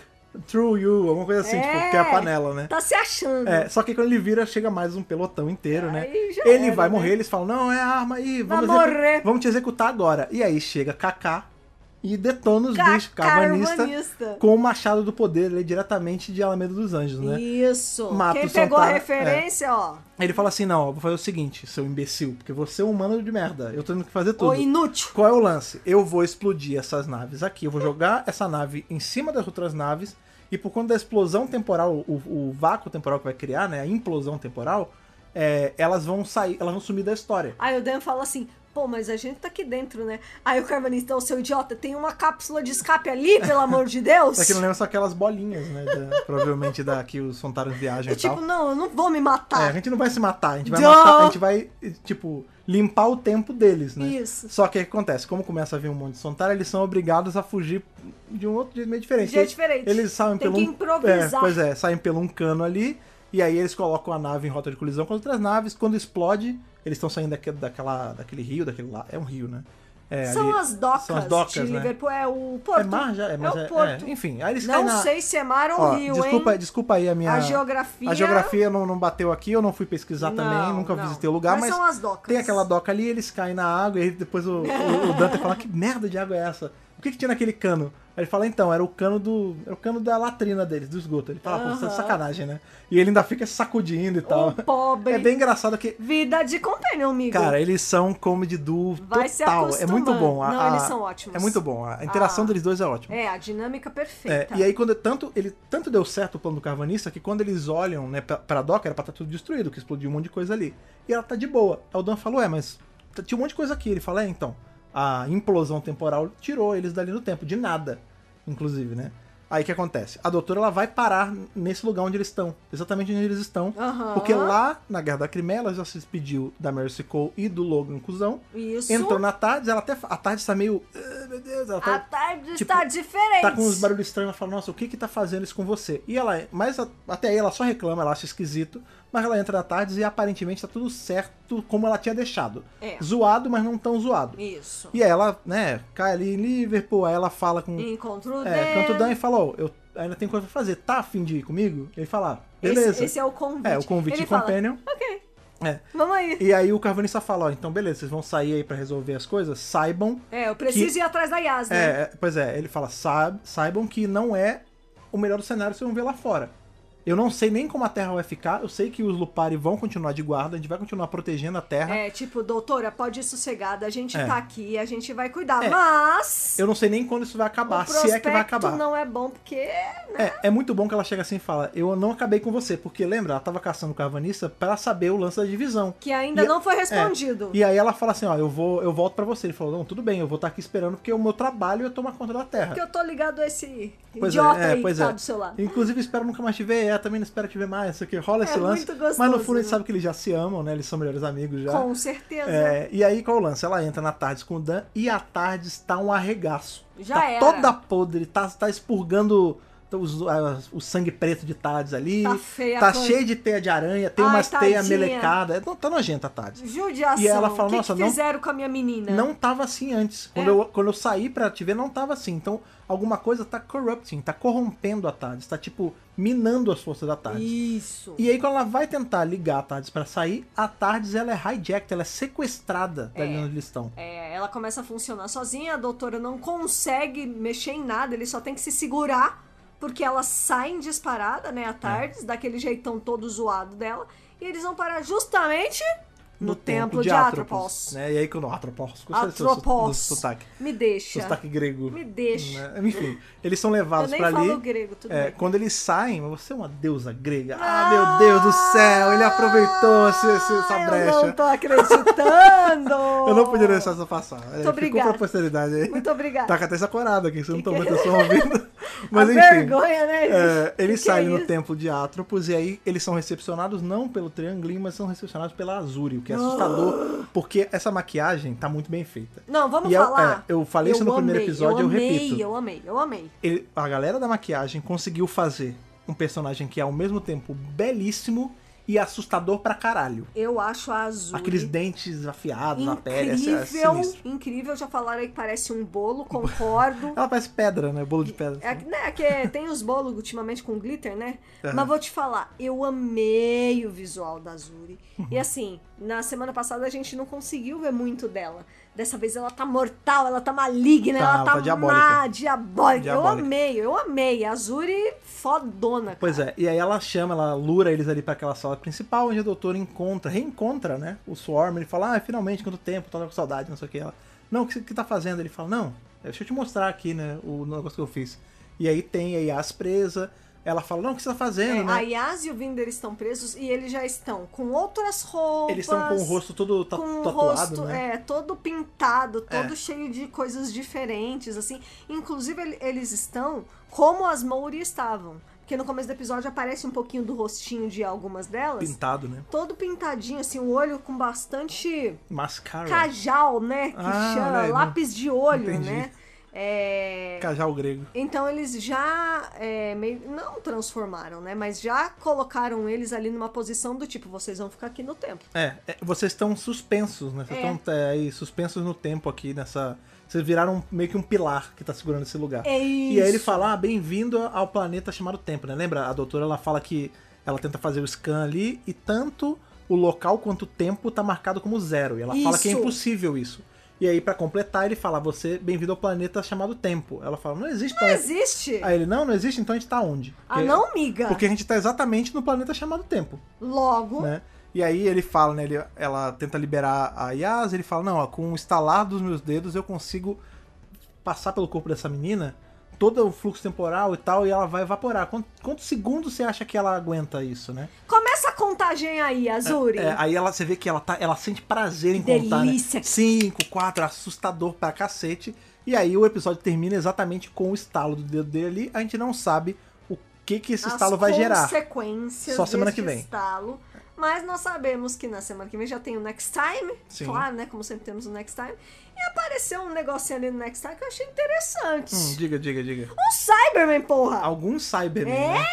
through you, alguma coisa assim, tipo, que é a panela, né?
Tá se achando.
É, só que quando ele vira, chega mais um pelotão inteiro, né?
Aí já
Ele
era,
vai
né?
morrer, eles falam, não, é a arma aí,
Vai
vamos,
morrer.
vamos te executar agora. E aí chega Kaká e detona os
Kaká, é
bichos, Cavanista,
urbanista.
com o Machado do Poder ali, diretamente de Alameda dos Anjos, né?
Isso.
Mata
Quem
o é.
pegou a
Santana,
referência, ó.
Ele fala assim, não, ó, vou fazer o seguinte, seu imbecil, porque você é um humano de merda, eu tô tendo que fazer tudo.
Ô, inútil.
Qual é o lance? Eu vou explodir essas naves aqui. Eu vou jogar essa nave em cima das outras naves. E por conta da explosão temporal, o, o vácuo temporal que vai criar, né? A implosão temporal, é, elas vão sair, elas vão sumir da história.
Aí o Dan fala assim. Pô, mas a gente tá aqui dentro, né? Aí o Carvanista, ô seu idiota, tem uma cápsula de escape ali, pelo amor de Deus.
Só que não lembra só aquelas bolinhas, né? Da, provavelmente da que os Sontaros viajam e
É
tal.
tipo, não, eu não vou me
É,
matar.
a gente não vai se matar, a gente vai
Duh.
matar, a gente vai, tipo, limpar o tempo deles, né?
Isso.
Só que o que acontece? Como começa a vir um monte de Sontar, eles são obrigados a fugir de um outro jeito meio diferente.
De jeito diferente.
Eles saem
Tem
pelo
que
um-
improvisar.
É, pois é, saem pelo um cano ali, e aí eles colocam a nave em rota de colisão com as outras naves. Quando explode, eles estão saindo daque- daquela, daquele rio, daquele lá. É um rio, né? É,
são,
ali-
as docas
são as docas,
de
né?
Liverpool, é o
É
porto.
mar já? É, mas
o
é-
porto.
é, enfim, aí eles
não
caem na...
sei se é mar ou
Ó,
rio,
desculpa,
hein?
desculpa aí a minha...
A geografia...
A geografia não, não bateu aqui, eu não fui pesquisar também,
Não,
nunca
não.
visitei o lugar, mas,
são as docas.
tem aquela doca ali, eles caem na água, e aí depois o, o, o Dante fala, que merda de água é essa? O que, que tinha naquele cano? Aí ele fala, então, era o cano do. Era o cano da latrina deles, do esgoto. Ele fala, pô, isso é
Aham.
sacanagem, né? E ele ainda fica sacudindo e tal.
O pobre.
É bem engraçado que.
Vida de companion, amigo.
Cara, eles são comedy duo
Vai se
total. é muito
acostumando.
bom. A-
Não,
a-
eles são ótimos.
É muito bom. A interação
Ah.
deles dois é ótima.
É, a dinâmica
É,
perfeita.
e aí quando tanto ele tanto deu certo o plano do carvanista que quando eles olham né pra, pra doca era pra estar tudo destruído que explodiu um monte de coisa ali e ela tá de boa aí o Dan falou é mas t- tinha um monte de coisa aqui ele fala é então a implosão temporal tirou eles dali no tempo de nada inclusive né aí o que acontece a doutora ela vai parar nesse lugar onde eles estão exatamente onde eles estão
Aham.
porque lá na guerra da Crimeia ela já se despediu da Mercy Cole e do Logan Cusão
Isso.
entrou na tarde ela até fa- a tarde tá meio "Ah, meu Deus ela tá
A tarde
tipo,
está diferente.
tá com uns barulhos estranhos, ela fala, nossa, o que que tá fazendo isso com você? E ela, é, mas a- até aí ela só reclama, ela acha esquisito, mas ela entra na tarde e aparentemente tá tudo certo como ela tinha deixado.
É.
Zoado, mas não tão zoado.
Isso.
E aí ela, né, cai ali em Liverpool, aí ela fala com...
Encontro o
É,
Dan.
canta o Dan e fala, ó, eu ainda tenho coisa pra fazer, tá afim de ir comigo? Ele fala, ah,
Esse-
beleza.
Esse, é o convite.
É, o convite
Ele
de Companion.
Fala, ok.
É.
Vamos aí.
E aí o Carvanista fala, ó, então beleza, vocês vão sair aí pra resolver as coisas, saibam
É, eu preciso ir atrás da Yas, né?
É, é, pois é, ele fala, "Sa- saibam que não é o melhor dos cenários que vocês vão ver lá fora. Eu não sei nem como a Terra vai ficar, eu sei que os Lupari vão continuar de guarda, a gente vai continuar protegendo a Terra.
É, tipo, doutora, pode ir sossegada, a gente
É.
tá aqui, a gente vai cuidar.
É.
Mas
Eu não sei nem quando isso vai
o
acabar,
prospecto
se é que vai acabar.
não é bom, porque
É, é muito bom que ela chega assim e fala, eu não acabei com você, porque lembra, ela tava caçando o Carvanista pra saber o lance da divisão.
que ainda
E-
não foi
é,
respondido.
E aí ela fala assim, ó, eu vou, eu volto pra você. Ele falou, não, tudo bem, eu vou estar aqui esperando porque o meu trabalho é tomar conta da Terra.
Porque eu tô ligado a esse
Pois
idiota
é, é,
aí que
pois
tá
é.
do seu lado.
Inclusive, espero nunca mais te ver. É, também não espero te ver mais. Isso aqui rola
É
esse lance.
muito gostoso,
mas no fundo a gente
né?
sabe que eles já se amam, né? Eles são melhores amigos já.
Com certeza.
É, e aí, qual o lance? Ela entra na Tardes com o Dan e a Tardes tá um arregaço.
Já
tá
era.
toda podre, tá, tá expurgando os- a- o sangue preto de Tardes ali.
Tá feia a
Tá
coisa.
cheio de teia de aranha, tem
Ai,
umas teia
tadinha.
melecada. É, não, tá nojenta a Tardes.
Judiação.
E ela fala,
o que,
"Nossa,
que
não-
fizeram com a minha menina?
Não tava assim antes.
É.
Quando, eu, quando eu saí pra te ver, não tava assim. Então, alguma coisa tá corrupting, tá corrompendo a Tardes, tá tipo minando as forças da Tardes.
Isso.
E aí, quando ela vai tentar ligar a Tardes pra sair, a Tardes ela é hijacked, ela é sequestrada da
É.
Lina de Listão.
É, ela começa a funcionar sozinha, a doutora não consegue mexer em nada, ele só tem que se segurar, porque elas saem disparada,
É.
né, à tarde, daquele jeitão todo zoado dela, e eles vão parar justamente no, templo de Atropos.
Né? E aí, quando. Atropos. Gostei do seu- Do
Atropos.
seu sotaque.
Me
Do
deixa.
sotaque grego.
Me deixa.
Né? Enfim, eles são
Eu
levados
nem
pra
falo
ali.
grego, tudo
É,
bem.
quando eles saem, você é uma deusa grega. Ah,
Ah,
meu Deus do céu, ele aproveitou esse- esse- é essa
Ah,
brecha.
Eu não tô acreditando!
Eu não podia deixar essa passar. É, Ficou
obrigada.
pra posteridade aí.
Muito obrigada.
Tá com até essa corada aqui, você não
Que
tomou
que-
atenção ouvindo. Mas
A
enfim.
vergonha, né, gente?
é,
Que que
eles saem
é
no
isso?
templo de Atropos e aí eles são recepcionados não pelo triangulinho, mas são recepcionados pela Azuri, o que é assustador, porque essa maquiagem tá muito bem feita.
Não, vamos
E eu-
falar.
é, eu falei isso no primeiro episódio, eu
amei,
repito.
Eu amei, eu amei.
Ele- a galera da maquiagem conseguiu fazer um personagem que é ao mesmo tempo belíssimo e assustador pra caralho.
Eu acho a Azul.
Aqueles dentes afiados na pele, é
Incrível,
sinistro.
incrível. Já falaram aí que parece um bolo, concordo.
Ela parece pedra, né? Bolo de pedra.
É, né, que tem os bolos ultimamente com glitter, né?
Aham.
Mas vou te falar, eu amei o visual da Azuri. E
Uhum.
assim, na semana passada a gente não conseguiu ver muito dela. Dessa vez ela tá mortal, ela tá maligna,
Tá,
ela
ela
tá,
tá diabólica.
má, diabólica.
Diabólica.
Eu amei, eu amei. A Azuri fodona.
Pois é, e aí ela chama, ela lura eles ali pra aquela sala principal, onde a doutora encontra, reencontra, né, o Swarm, ele fala, ah, finalmente, quanto tempo, tava com saudade, não sei o que, ela, não, o que você que tá fazendo? Ele fala, não, deixa eu te mostrar aqui, né, o negócio que eu fiz. E aí tem a Yas presa, Ela fala, não, o que você tá fazendo?
É,
né?
A Yas e o Vinder estão presos e eles já estão com outras roupas.
Eles estão com o rosto todo ta-
com o
tatuado,
rosto
né?
é, todo pintado,
É.
todo cheio de coisas diferentes, assim. Inclusive, ele- eles estão como as Mauri estavam. Porque no começo do episódio aparece um pouquinho do rostinho de algumas delas.
Pintado, né?
Todo pintadinho, assim, o olho com bastante
Mascara.
cajal, né? Que
Ah,
chama
olha aí,
lápis de olho,
Entendi.
né? É,
Cajal grego.
então eles já é, meio, não transformaram, né? Mas já colocaram eles ali numa posição do tipo, vocês vão ficar aqui no tempo.
É, é, vocês estão suspensos, né? Vocês
É.
estão é, aí suspensos no tempo aqui nessa. Vocês viraram meio que um pilar que tá segurando esse lugar.
É isso.
E aí ele fala, ah, bem-vindo ao planeta chamado Tempo, né? Lembra? A doutora ela fala que ela tenta fazer o scan ali e tanto o local quanto o tempo tá marcado como zero. E ela fala que é
Isso.
impossível isso. E aí, pra completar, ele fala, você, bem-vindo ao planeta chamado Tempo. Ela fala, não existe
Não
planeta.
existe.
Aí ele, não, não existe, então a gente tá onde?
Ah,
Porque-
não, miga.
Porque a gente tá exatamente no planeta chamado Tempo
Logo,
né? E aí ele fala, né? ele- ela tenta liberar a Yas, ele fala, não, ó, com o estalar dos meus dedos eu consigo passar pelo corpo dessa menina todo o fluxo temporal e tal, e ela vai evaporar. Quant- quantos segundos você acha que ela aguenta isso, né?
começa a contagem aí, Azuri.
É, aí ela, você vê que ela, tá, ela sente prazer em
Que
contar,
delícia.
né? Cinco, quatro, assustador pra cacete. E aí o episódio termina exatamente com o estalo do dedo dele ali. A gente não sabe o que que esse
As
estalo vai gerar.
consequências
Só semana que
deste
vem.
estalo. Mas nós sabemos que na semana que vem já tem o Next Time.
Sim.
Claro, né? Como sempre temos o Next Time. E apareceu um negocinho ali no Next Time que eu achei interessante.
Hum, diga, diga, diga.
Um Cyberman, porra!
Algum Cyberman,
É,
né?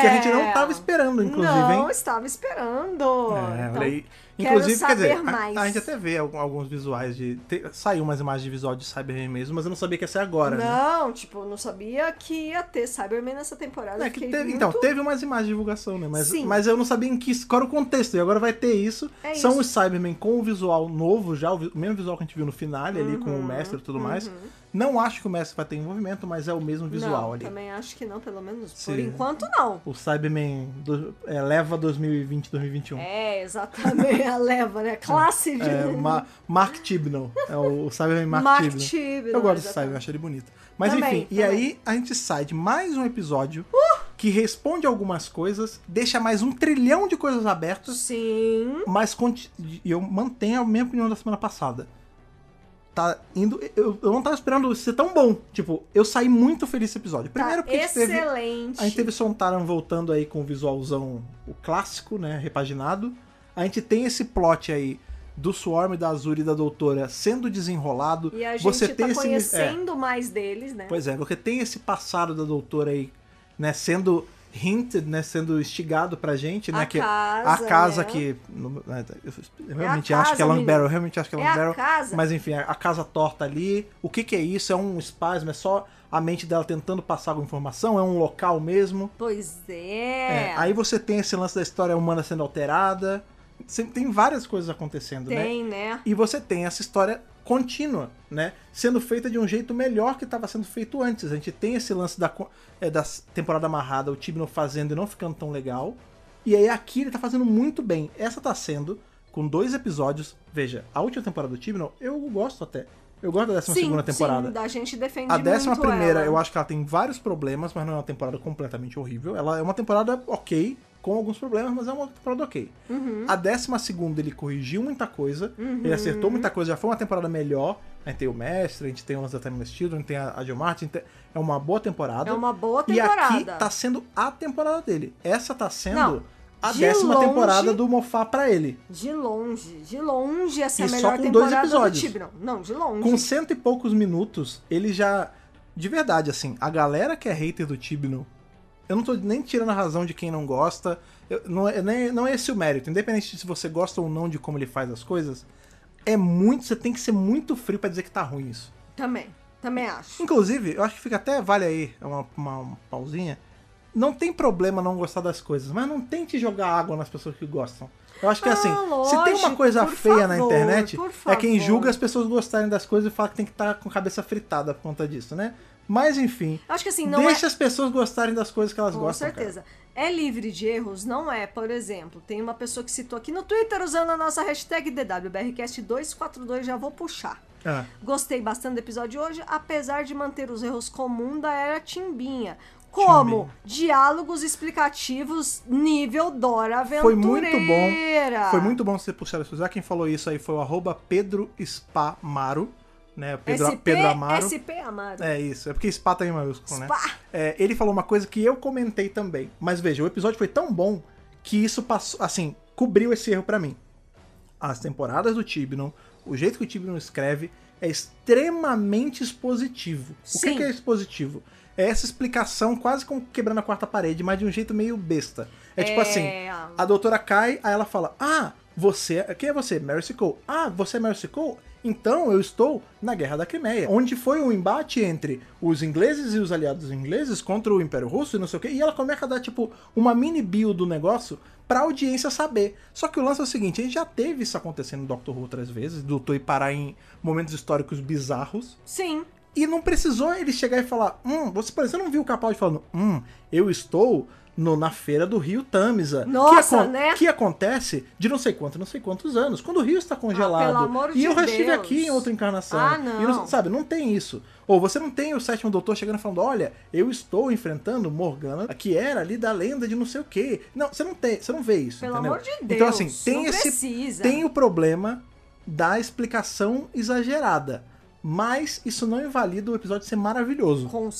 Que a gente não tava esperando, inclusive,
Não,
hein?
estava esperando.
É,
É. Então,
olha aí.
quero
Inclusive, quer dizer,
saber
a-
mais.
A, gente até vê al- alguns visuais de. te- saiu umas imagens de visual de Cyberman mesmo, mas eu não sabia que ia ser agora, né?
Não, tipo, não sabia que ia ter Cyberman nessa temporada.
É
Eu
que
fiquei
teve-
muito-
Então, teve umas imagens de divulgação, né? Mas,
Sim.
mas eu não sabia em que, qual era o contexto. E agora vai ter isso.
É
São
isso.
os Cybermen com o visual novo já, o vi- o mesmo visual que a gente viu no finale ali com
Uhum,
o mestre e tudo mais. Não acho que o mestre vai ter envolvimento, mas é o mesmo visual
não,
ali.
também acho que não, pelo menos por
Sim.
enquanto não.
O Cyberman do, é, leva 2020, 2021.
É, exatamente, a leva, né? Classe de...
É, Ma- Mark Tibnall. É o, o Cyberman Mark,
Mark
Tibnall.
Tibnall,
Eu gosto do
exatamente.
Cyberman, acho ele bonito. Mas
Também,
enfim, e
também. Uh!
aí a gente sai de mais um episódio que responde algumas coisas, deixa mais um trilhão de coisas abertas,
Sim,
mas conti- e eu mantenho a minha opinião da semana passada. Tá indo. Eu, eu não tava esperando ser tão bom. Tipo, eu saí muito feliz desse episódio. Primeiro
tá
porque a gente teve
excelente.
a gente teve Sontaran voltando aí com o visualzão o clássico, né? Repaginado. A gente tem esse plot aí do Swarm, da Azul e da Doutora sendo desenrolado.
E a gente
você
tá
tem esse. é,
conhecendo mais deles, né?
pois é, porque tem esse passado da Doutora aí, né? Sendo hinted, né? Sendo instigado pra gente, né?
A
que,
casa,
a casa
né?
que. no- Eu eu realmente acho
casa,
que é Long
menino.
Barrel, eu realmente acho que é Long
É a
Barrel.
casa.
Mas enfim, a, a casa torta ali. O que, que é isso? É um espasmo? É só a mente dela tentando passar alguma informação? É um local mesmo?
Pois
É,
é.
aí você tem esse lance da história humana sendo alterada. Sempre tem várias coisas acontecendo, né?
Tem, né?
E você tem essa história contínua, né? Sendo feita de um jeito melhor que estava sendo feito antes. A gente tem esse lance da, co- é, da s- temporada amarrada, o Tibno fazendo e não ficando tão legal. E aí aqui ele tá fazendo muito bem. Essa tá sendo, com dois episódios. Veja, a última temporada do Tibno, eu gosto até. Eu gosto da 12
Sim,
segunda temporada.
sim, da gente defende
A décima
muito
primeira,
ela.
eu acho que ela tem vários problemas, mas não é uma temporada completamente horrível. Ela é uma temporada ok, com alguns problemas, mas é uma temporada ok.
Uhum.
A décima segunda, ele corrigiu muita coisa, ele acertou muita coisa, já foi uma temporada melhor. A gente tem o Mestre, a gente tem o Lance da Time Steel, a gente tem a, a Jill Martin, tem- é uma boa temporada.
É uma boa
E
temporada.
aqui tá sendo a temporada dele. Essa tá sendo
Não,
a
de
décima
longe-
temporada do Mofá pra ele.
De longe, de longe
E
essa é a
só
melhor
com dois
temporada
episódios.
do Tibnon. Não, de longe.
Com cento e poucos minutos, ele já. De verdade, assim, a galera que é hater do Tibno, eu não tô nem tirando a razão de quem não gosta. eu- não, é, nem- não é esse o mérito. Independente de se você gosta ou não de como ele faz as coisas, é muito. Você tem que ser muito frio pra dizer que tá ruim isso.
Também, também acho.
Inclusive, eu acho que fica até. Vale aí uma, uma, uma pausinha. Não tem problema não gostar das coisas, mas não tente jogar água nas pessoas que gostam. Eu acho que
Ah,
assim, se tem uma
lógico,
coisa
por
feia na
favor,
internet,
por
é quem
favor.
julga as pessoas gostarem das coisas e fala que tem que estar com a cabeça fritada por conta disso, né? Mas enfim,
Acho que assim, não
Então, deixa
é...
as pessoas gostarem das coisas que elas
Com
gostam. cara.
certeza. É livre de erros? Não é. Por exemplo, tem uma pessoa que citou aqui no Twitter usando a nossa hashtag DWBRCast242, já vou puxar.
Ah,
Gostei bastante do episódio de hoje, apesar de manter os erros comuns da era Timbinha. Como? Diálogos explicativos nível Dora Aventureira.
Foi muito bom. Foi muito bom você puxar isso. Já quem falou isso aí foi o arroba Pedro Spamaro. Né? Pedro,
SP,
Pedro Amaro.
SP Amaro.
É isso, é porque Spa tá em maiúsculo, né?
Spa.
É, ele falou uma coisa que eu comentei também. Mas veja, o episódio foi tão bom que isso passou, assim, cobriu esse erro pra mim. As temporadas do Tibnon, o jeito que o Tibnon escreve é extremamente expositivo. O que
Sim.
que é expositivo? É essa explicação quase como quebrando a quarta parede, mas de um jeito meio besta. É, tipo assim, a doutora cai, aí ela fala: Ah, você. Quem é você? Mary Cole. Ah, você é Mary Cole? Então eu estou na Guerra da Crimeia, onde foi um embate entre os ingleses e os aliados ingleses contra o Império Russo e não sei o quê. E ela começa a dar, tipo, uma mini bio do negócio pra audiência saber. Só que o lance é o seguinte: a gente já teve isso acontecendo no Doctor Who outras vezes, do Toi parar em momentos históricos bizarros.
Sim.
E não precisou ele chegar e falar: Hum, você, por exemplo, não viu o Capaldi falando: Hum, eu estou no- na feira do Rio Tamisa.
Nossa,
que acon-
né?
Que acontece de não sei quanto, não sei quantos anos. Quando o Rio está congelado.
Ah, pelo amor
e
de
eu já estive
Deus.
aqui em outra encarnação.
Ah,
E
não.
sabe, não tem isso. Ou você não tem o sétimo doutor chegando e falando: Olha, eu estou enfrentando Morgana, que era ali da lenda de não sei o quê. Não, você não tem, você não vê isso.
Pelo
entendeu?
amor de Deus.
Então, assim, tem
não
esse
precisa.
tem o problema da explicação exagerada. Mas isso não invalida o episódio ser maravilhoso.
Com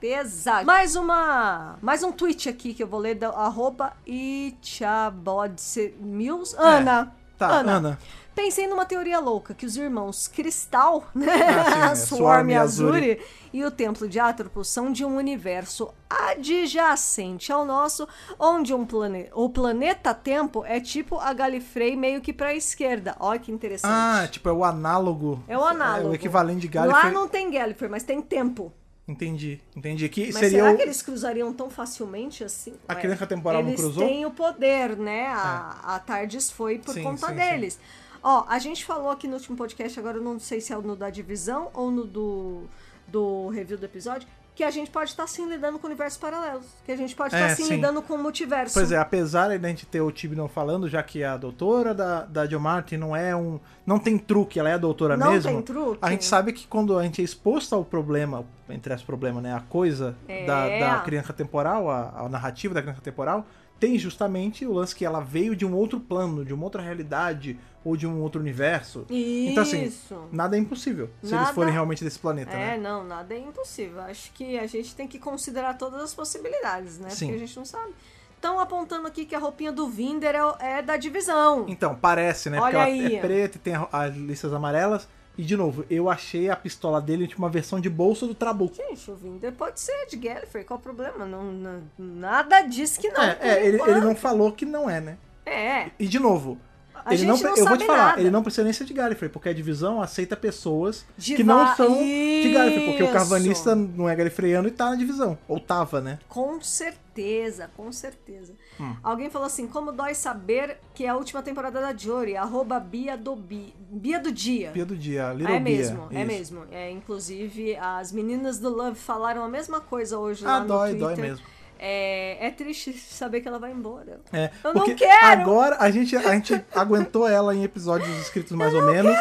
certeza. Mais uma. Mais um tweet aqui que eu vou ler da arroba Ichabodse Mills. Ana.
Tá, Ana.
Ana. Pensei numa teoria louca que os irmãos Cristal, né?
Ah, sim, é, Swarm
Swarm
e
e
Azuri.
Azuri e o Templo de Atropos são de um universo adjacente ao nosso, onde um plane... o planeta Tempo é tipo a Galifrey meio que pra esquerda. Olha que interessante.
Ah, tipo, é o análogo.
é o análogo.
É o equivalente de
Lá
Gallifrey.
não tem Gallifrey, mas tem Tempo.
Entendi, entendi. Que
Mas
seria
será
o...
que eles cruzariam tão facilmente assim?
A
Ué,
criança temporal não
eles
cruzou? É.
têm o poder, né? A, a Tardes foi por
Sim,
conta
sim, sim.
deles. Ó, a gente falou aqui no último podcast, agora eu não sei se é no da divisão ou no do, do review do episódio, que a gente pode estar sim lidando com universos paralelos. Que a gente pode
É,
estar sim,
sim.
lidando com o multiverso.
Pois é, apesar da gente ter o Tibnon falando, já que é a doutora da, da Jo Martin não é um. não tem truque, ela é a doutora
Não
mesmo.
tem truque.
A gente sabe que quando a gente é exposto ao problema, entre as problemas, né? A coisa
É.
da, da criança temporal, a, a narrativa da criança temporal, tem justamente o lance que ela veio de um outro plano, de uma outra realidade, ou de um outro universo.
Isso.
Então, assim, Nada é impossível, se eles
Nada-
forem realmente desse planeta,
É,
né?
não, nada é impossível. Acho que a gente tem que considerar todas as possibilidades, né?
Sim.
Porque a gente não sabe. Estão apontando aqui que a roupinha do Vinder é, o- é da divisão.
Então, parece, né? Porque
Olha
ela
aí.
é preta e tem a- as listas amarelas. E, de novo, eu achei a pistola dele tipo, uma versão de bolso do Trabuco.
Gente, o Vinder pode ser de Gallifrey, qual o problema? Não, não- nada diz que não.
É,
por
é ele, ele
enquanto.
não falou que não é, né?
É,
E de novo,
A
ele
gente
não,
não
pre- eu vou
sabe
te falar,
nada.
ele não precisa nem ser de Gallifrey, porque a divisão aceita pessoas
De
que não
va-
são de Gallifrey, porque o
Isso.
carvanista não é gallifreyano e tá na divisão. Ou tava, né?
com certeza, com certeza.
Hum.
Alguém falou assim, como dói saber que é a última temporada da Jory, arroba Bia do, Bi- Bia do Dia.
Pia do dia, Little
é
Bia,
mesmo, é
isso.
mesmo. É, inclusive, as meninas do Love falaram a mesma coisa hoje
Ah,
lá
dói,
no
dói
Twitter.
mesmo.
É, é triste saber que ela vai embora.
É,
Eu
porque
não quero!
Agora a gente, a gente aguentou ela em episódios escritos mais ou menos.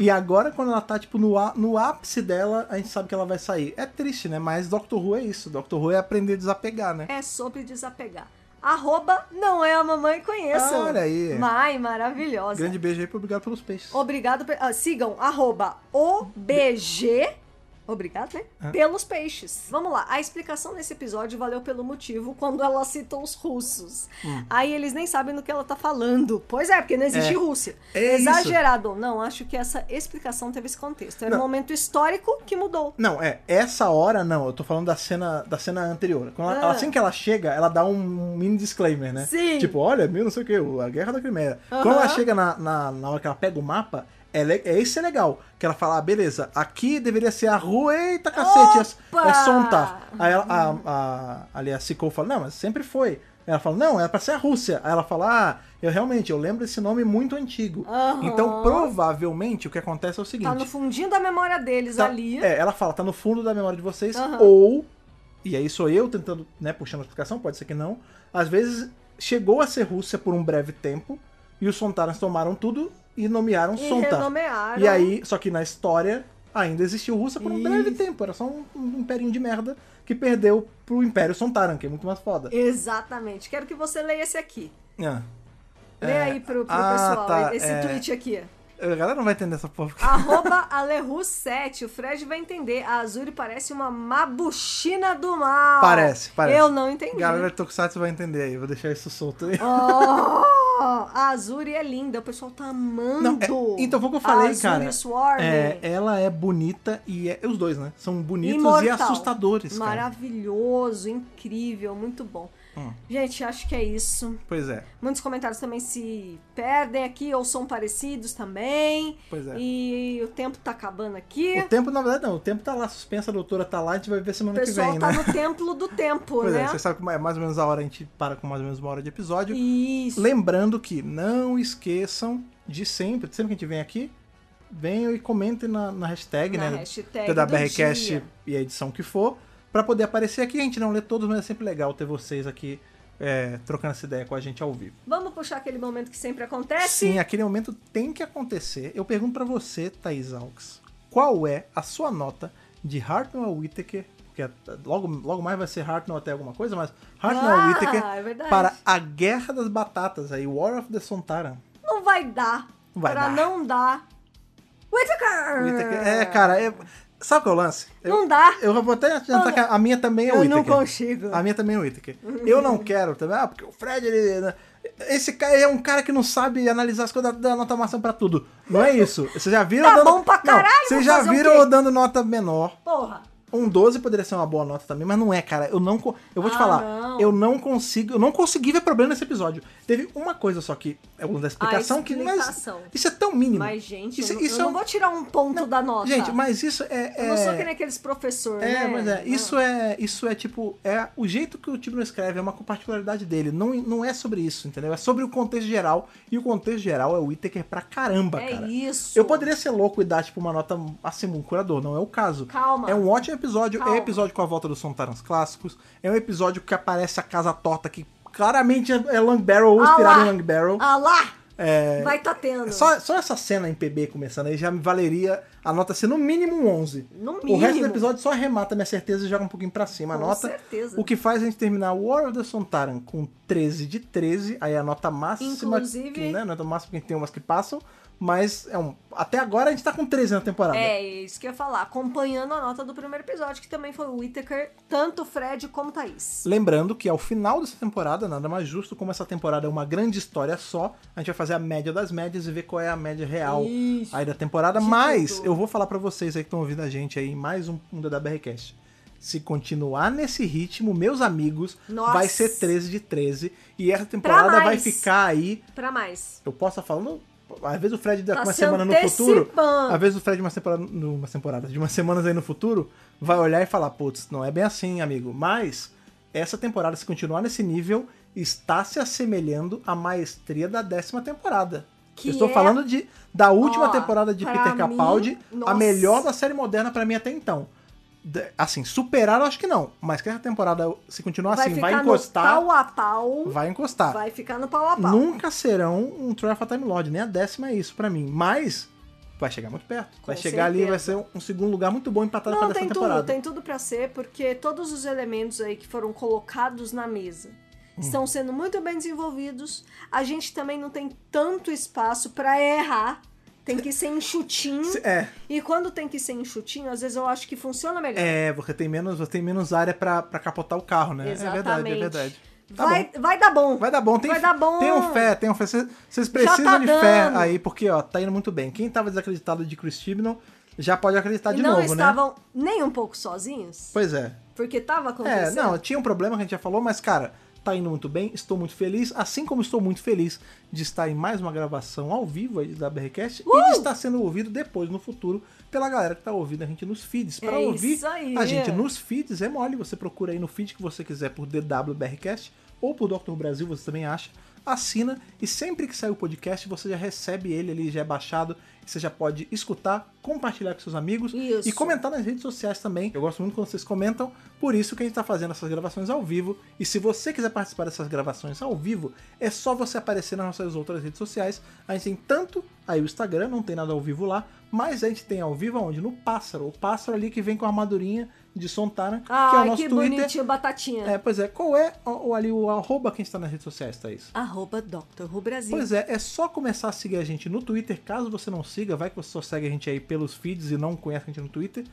E agora, quando ela tá, tipo, no, á- no ápice dela, a gente sabe que ela vai sair. É triste, né? Mas Doctor Who é isso. Doctor Who é aprender a desapegar, né?
É sobre desapegar. Arroba não é a mamãe conheço.
Olha aí.
Mãe maravilhosa.
Grande beijo aí pro obrigado pelos peixes.
Obrigado. pe- ah, sigam arroba OBG. Obrigado, né?
Ah.
Pelos peixes. Vamos lá. A explicação desse episódio valeu pelo motivo quando ela citou os russos. Aí eles nem sabem do que ela tá falando. Pois é, porque não existe
Hum. É.
Rússia.
É isso.
Exagerado ou não, acho que essa explicação teve esse contexto. Era
Não.
um momento histórico que mudou.
Não, é, essa hora não, eu tô falando da cena, da cena anterior. Quando ela-
Ah.
assim que ela chega, ela dá um mini disclaimer, né?
Sim.
Tipo, olha, meu não sei o que, a guerra da Crimeia.
Aham.
Quando ela chega na, na, na hora que ela pega o mapa, é, le- é isso é legal. Que ela fala, ah, beleza, aqui deveria ser a rua, eita cacete, é,
Opa!
é Sontar. Aí ela, a, a, ali a Sicou fala, não, mas sempre foi. Ela fala, não, era pra ser a Rússia. Aí ela fala, ah, eu realmente, eu lembro esse nome muito antigo.
Aham.
Então, provavelmente, o que acontece é o seguinte.
Tá no fundinho da memória deles
Tá-
ali.
É, ela fala, tá no fundo da memória de vocês,
Aham.
ou, e aí sou eu tentando, né, puxando a explicação, pode ser que não, às vezes chegou a ser Rússia por um breve tempo, e os Sontarans tomaram tudo e nomearam
e
Sontar.
renomearam.
E aí, só que na história, ainda existiu Rússia por um breve tempo. Era só um, um império de merda que perdeu pro Império Sontaran, que é muito mais foda.
Exatamente. Quero que você leia esse aqui.
É.
Lê
É.
aí pro, pro
Ah,
pessoal
tá,
esse
é.
tweet aqui.
A galera não vai entender essa porra.
Ah, Arroba Alerru7, o Fred vai entender. A Azuri parece uma mabuchina do mal.
Parece, parece.
Eu não entendi. Ah,
Galera de Tokusatsu vai entender aí, vou deixar isso solto aí.
Oh, a Azuri é linda, o pessoal tá amando.
Não, é- então foi o que eu falei,
a Azuri
cara.
Swarm. né?
É, ela é bonita e é. Os dois, né? São bonitos e
Imortal.
assustadores, cara.
Maravilhoso, incrível, muito bom.
Hum.
Gente, acho que é isso.
Pois é.
Muitos comentários também se perdem aqui ou são parecidos também.
Pois é.
E o tempo tá acabando aqui.
O tempo, na verdade, não. O tempo tá lá suspenso, a doutora tá lá, a gente vai ver
O
semana que
pessoal
vem,
tá
né?
no templo do tempo,
Pois
né?
é, você sabe que é mais ou menos a hora, a gente para com mais ou menos uma hora de episódio.
Isso.
Lembrando que não esqueçam de sempre, sempre que a gente vem aqui, venham e comentem na, na hashtag,
Na
né?
hashtag
da
do
BRCast
dia.
e a edição que for, pra poder aparecer aqui. A gente não lê todos, mas é sempre legal ter vocês aqui é, trocando essa ideia com a gente ao vivo.
Vamos puxar aquele momento que sempre acontece?
Sim, aquele momento tem que acontecer. Eu pergunto pra você, Thaís Alves, qual é a sua nota de Hartnell Whittaker? Porque é- logo, logo mais vai ser Hartnell até alguma coisa, mas Hartnell
Ah,
Whittaker
é verdade.
para a Guerra das Batatas, aí War of the Sontaran.
Não vai dar.
Não vai
pra
dar.
não dar. Whittaker!
Whittaker- É, cara, é- sabe qual é o lance?
Não dá.
Eu vou até adiantar que a minha também é
Eu
Whittaker.
não consigo.
A minha também é Whittaker. Eu não quero também, ah, porque o Fred, ele... né, Esse cara é um cara que não sabe analisar as coisas, dá nota máxima pra tudo. Não é isso. Vocês já viram...
Tá
dando...
bom pra caralho,
Não, vocês
vou
já
fazer o
viram
quê?
eu dando nota menor.
Porra.
Um 12 poderia ser uma boa nota também, mas não é, cara. Eu não. co- Eu vou te
Ah,
falar.
não.
Eu não consigo. Eu não consegui ver problema nesse episódio. Teve uma coisa só que. É uma da explicação,
explicação.
que. Mas, isso é tão mínimo.
Mas, gente,
isso,
eu, não-
isso
eu
é
não
um-
vou tirar um ponto da nota.
Gente, mas isso é.
Eu não sou
é-
que nem aqueles professores,
é,
né?
mas é, isso é, isso é tipo, é o jeito que o Tibno escreve, é uma particularidade dele, não, não é sobre isso, entendeu? É sobre o contexto geral, e o contexto geral é o Whittaker pra caramba,
É
cara.
isso.
Eu poderia ser louco e dar, tipo, uma nota acima um curador, não é o caso.
Calma.
É um ótimo episódio, é
Calma.
episódio com a volta dos Sontarans clássicos, é um episódio que aparece a casa torta, que claramente é é Long Barrel ou
Ah
inspirado
lá.
em Long Barrel.
Ah lá!
É,
Vai tá tendo.
só, só essa cena em PB começando aí já me valeria a nota ser no mínimo um 11.
No
O resto do
mínimo.
episódio só arremata minha certeza e joga um pouquinho pra cima a
Com
nota.
certeza.
O que faz a gente terminar War of the Sontaran com 13 de 13, aí a nota máxima.
Inclusive-
Que, né, a nota máxima porque tem umas que passam, mas é um, até agora a gente tá com 13 na temporada.
É, isso que eu ia falar. Acompanhando a nota do primeiro episódio, que também foi o Whittaker, tanto o Fred como o Thaís.
Lembrando que ao final dessa temporada, nada mais justo, como essa temporada é uma grande história só, a gente vai fazer a média das médias e ver qual é a média real
Isso.
aí da temporada.
De
Mas
tudo.
eu vou falar pra vocês aí que estão ouvindo a gente aí em mais um, um DWRcast. Se continuar nesse ritmo, meus amigos,
Nossa.
vai ser 13 de 13. E essa temporada
mais.
vai ficar aí.
Pra mais.
Eu posso estar falando. Às vezes o Fred daqui
Tá
uma
se
semana no futuro.
antecipando.
Às vezes o Fred de uma temporada, numa temporada, de umas semanas aí no futuro, vai olhar e falar, putz, não é bem assim, amigo. Mas essa temporada, se continuar nesse nível, está se assemelhando à maestria da décima temporada.
Que
Eu estou
é-
falando de, da última
Ó,
temporada de
pra
Peter
mim,
Capaldi, a
nossa.
melhor da série moderna pra mim até então. D- Assim, superar eu acho que não, mas que essa temporada, se continuar
vai
assim,
ficar
vai encostar,
no pau a pau.
vai encostar.
Vai ficar no pau a pau.
Nunca serão um Trial Time Lord, nem a décima é isso pra mim. Mas vai chegar muito perto. vai
Com
chegar ali,
certeza.
vai ser um- um segundo lugar muito bom empatado
Não,
pra
tem
dessa
tudo,
temporada.
tem tudo pra ser, porque todos os elementos aí que foram colocados na mesa
Hum.
estão sendo muito bem desenvolvidos. A gente também não tem tanto espaço pra errar. Tem que ser enxutinho.
É,
E quando tem que ser enxutinho, às vezes eu acho que funciona melhor.
é, você tem menos, você tem menos área pra, pra capotar o carro, né? É verdade, é verdade. Tá
vai,
bom.
vai dar bom.
Vai dar bom, tem,
Vai dar bom.
tenham fé, tenham fé. Vocês- Vocês precisam
tá
de fé
dando.
aí, porque ó, tá indo muito bem. Quem tava desacreditado de Chris Chibnall já pode acreditar
E
de
não
novo, né?
estavam nem um pouco sozinhos,
Pois é.
porque tava
É,
acontecendo.
não, tinha um problema que a gente já falou, mas, cara, tá indo muito bem, estou muito feliz, assim como estou muito feliz de estar em mais uma gravação ao vivo aí da BRCast e
Uh!
de estar sendo ouvido depois, no futuro, pela galera que tá ouvindo a gente nos feeds. Pra
É
ouvir
isso aí.
a gente nos feeds é mole, você procura aí no feed que você quiser por DWBRCast ou por Dr. Brasil, você também acha. Assina e sempre que sair o podcast você já recebe ele, ele já é baixado. que você já pode escutar, compartilhar com seus amigos
Isso.
e comentar Ah, tá nas redes sociais também. Eu gosto muito quando vocês comentam, por isso que a gente tá fazendo essas gravações ao vivo. E se você quiser participar dessas gravações ao vivo, é só você aparecer nas nossas outras redes sociais. A gente tem tanto aí o Instagram, não tem nada ao vivo lá, mas a gente tem ao vivo aonde? No Pássaro. O Pássaro ali que vem com a armadurinha de Sontana, que é o
Ah,
nosso
que
Twitter.
bonitinho, batatinha.
É, pois é, qual é o, o- ali o arroba que a gente tá nas redes sociais, Thaís?
Arroba Dr. Who Brasil.
Pois é, é só começar a seguir a gente no Twitter. Caso você não siga, vai que você só segue a gente aí pelos feeds e não conhece a gente no Twitter.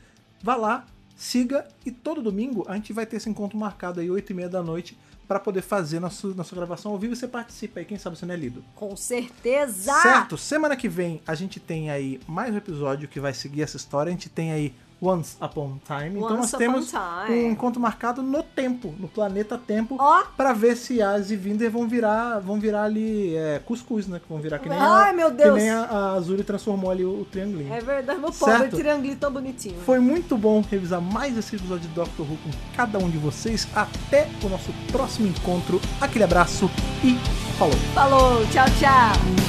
Vá lá, siga e todo domingo a gente vai ter esse encontro marcado aí, 8h30 da noite, pra poder fazer nosso, nossa gravação ao vivo e você participa aí. Quem sabe você não é lido.
Com certeza!
Certo? Semana que vem a gente tem aí mais um episódio que vai seguir essa história. A gente tem aí Once Upon a Time. então
Once
nós
Upon
temos
a Time.
um encontro marcado no tempo, no planeta Tempo,
Ó.
pra ver se as e Vinder vão virar, vão virar ali é, cuscuz, né? Que vão virar que nem a,
Ai, meu Deus.
que nem a, a Azuri transformou ali o, o triangulinho.
É verdade, meu
Certo.
pobre triângulo tão bonitinho.
Foi muito bom revisar mais esse episódio de Doctor Who com cada um de vocês. Até o nosso próximo encontro. Aquele abraço e falou!
Falou, tchau, tchau!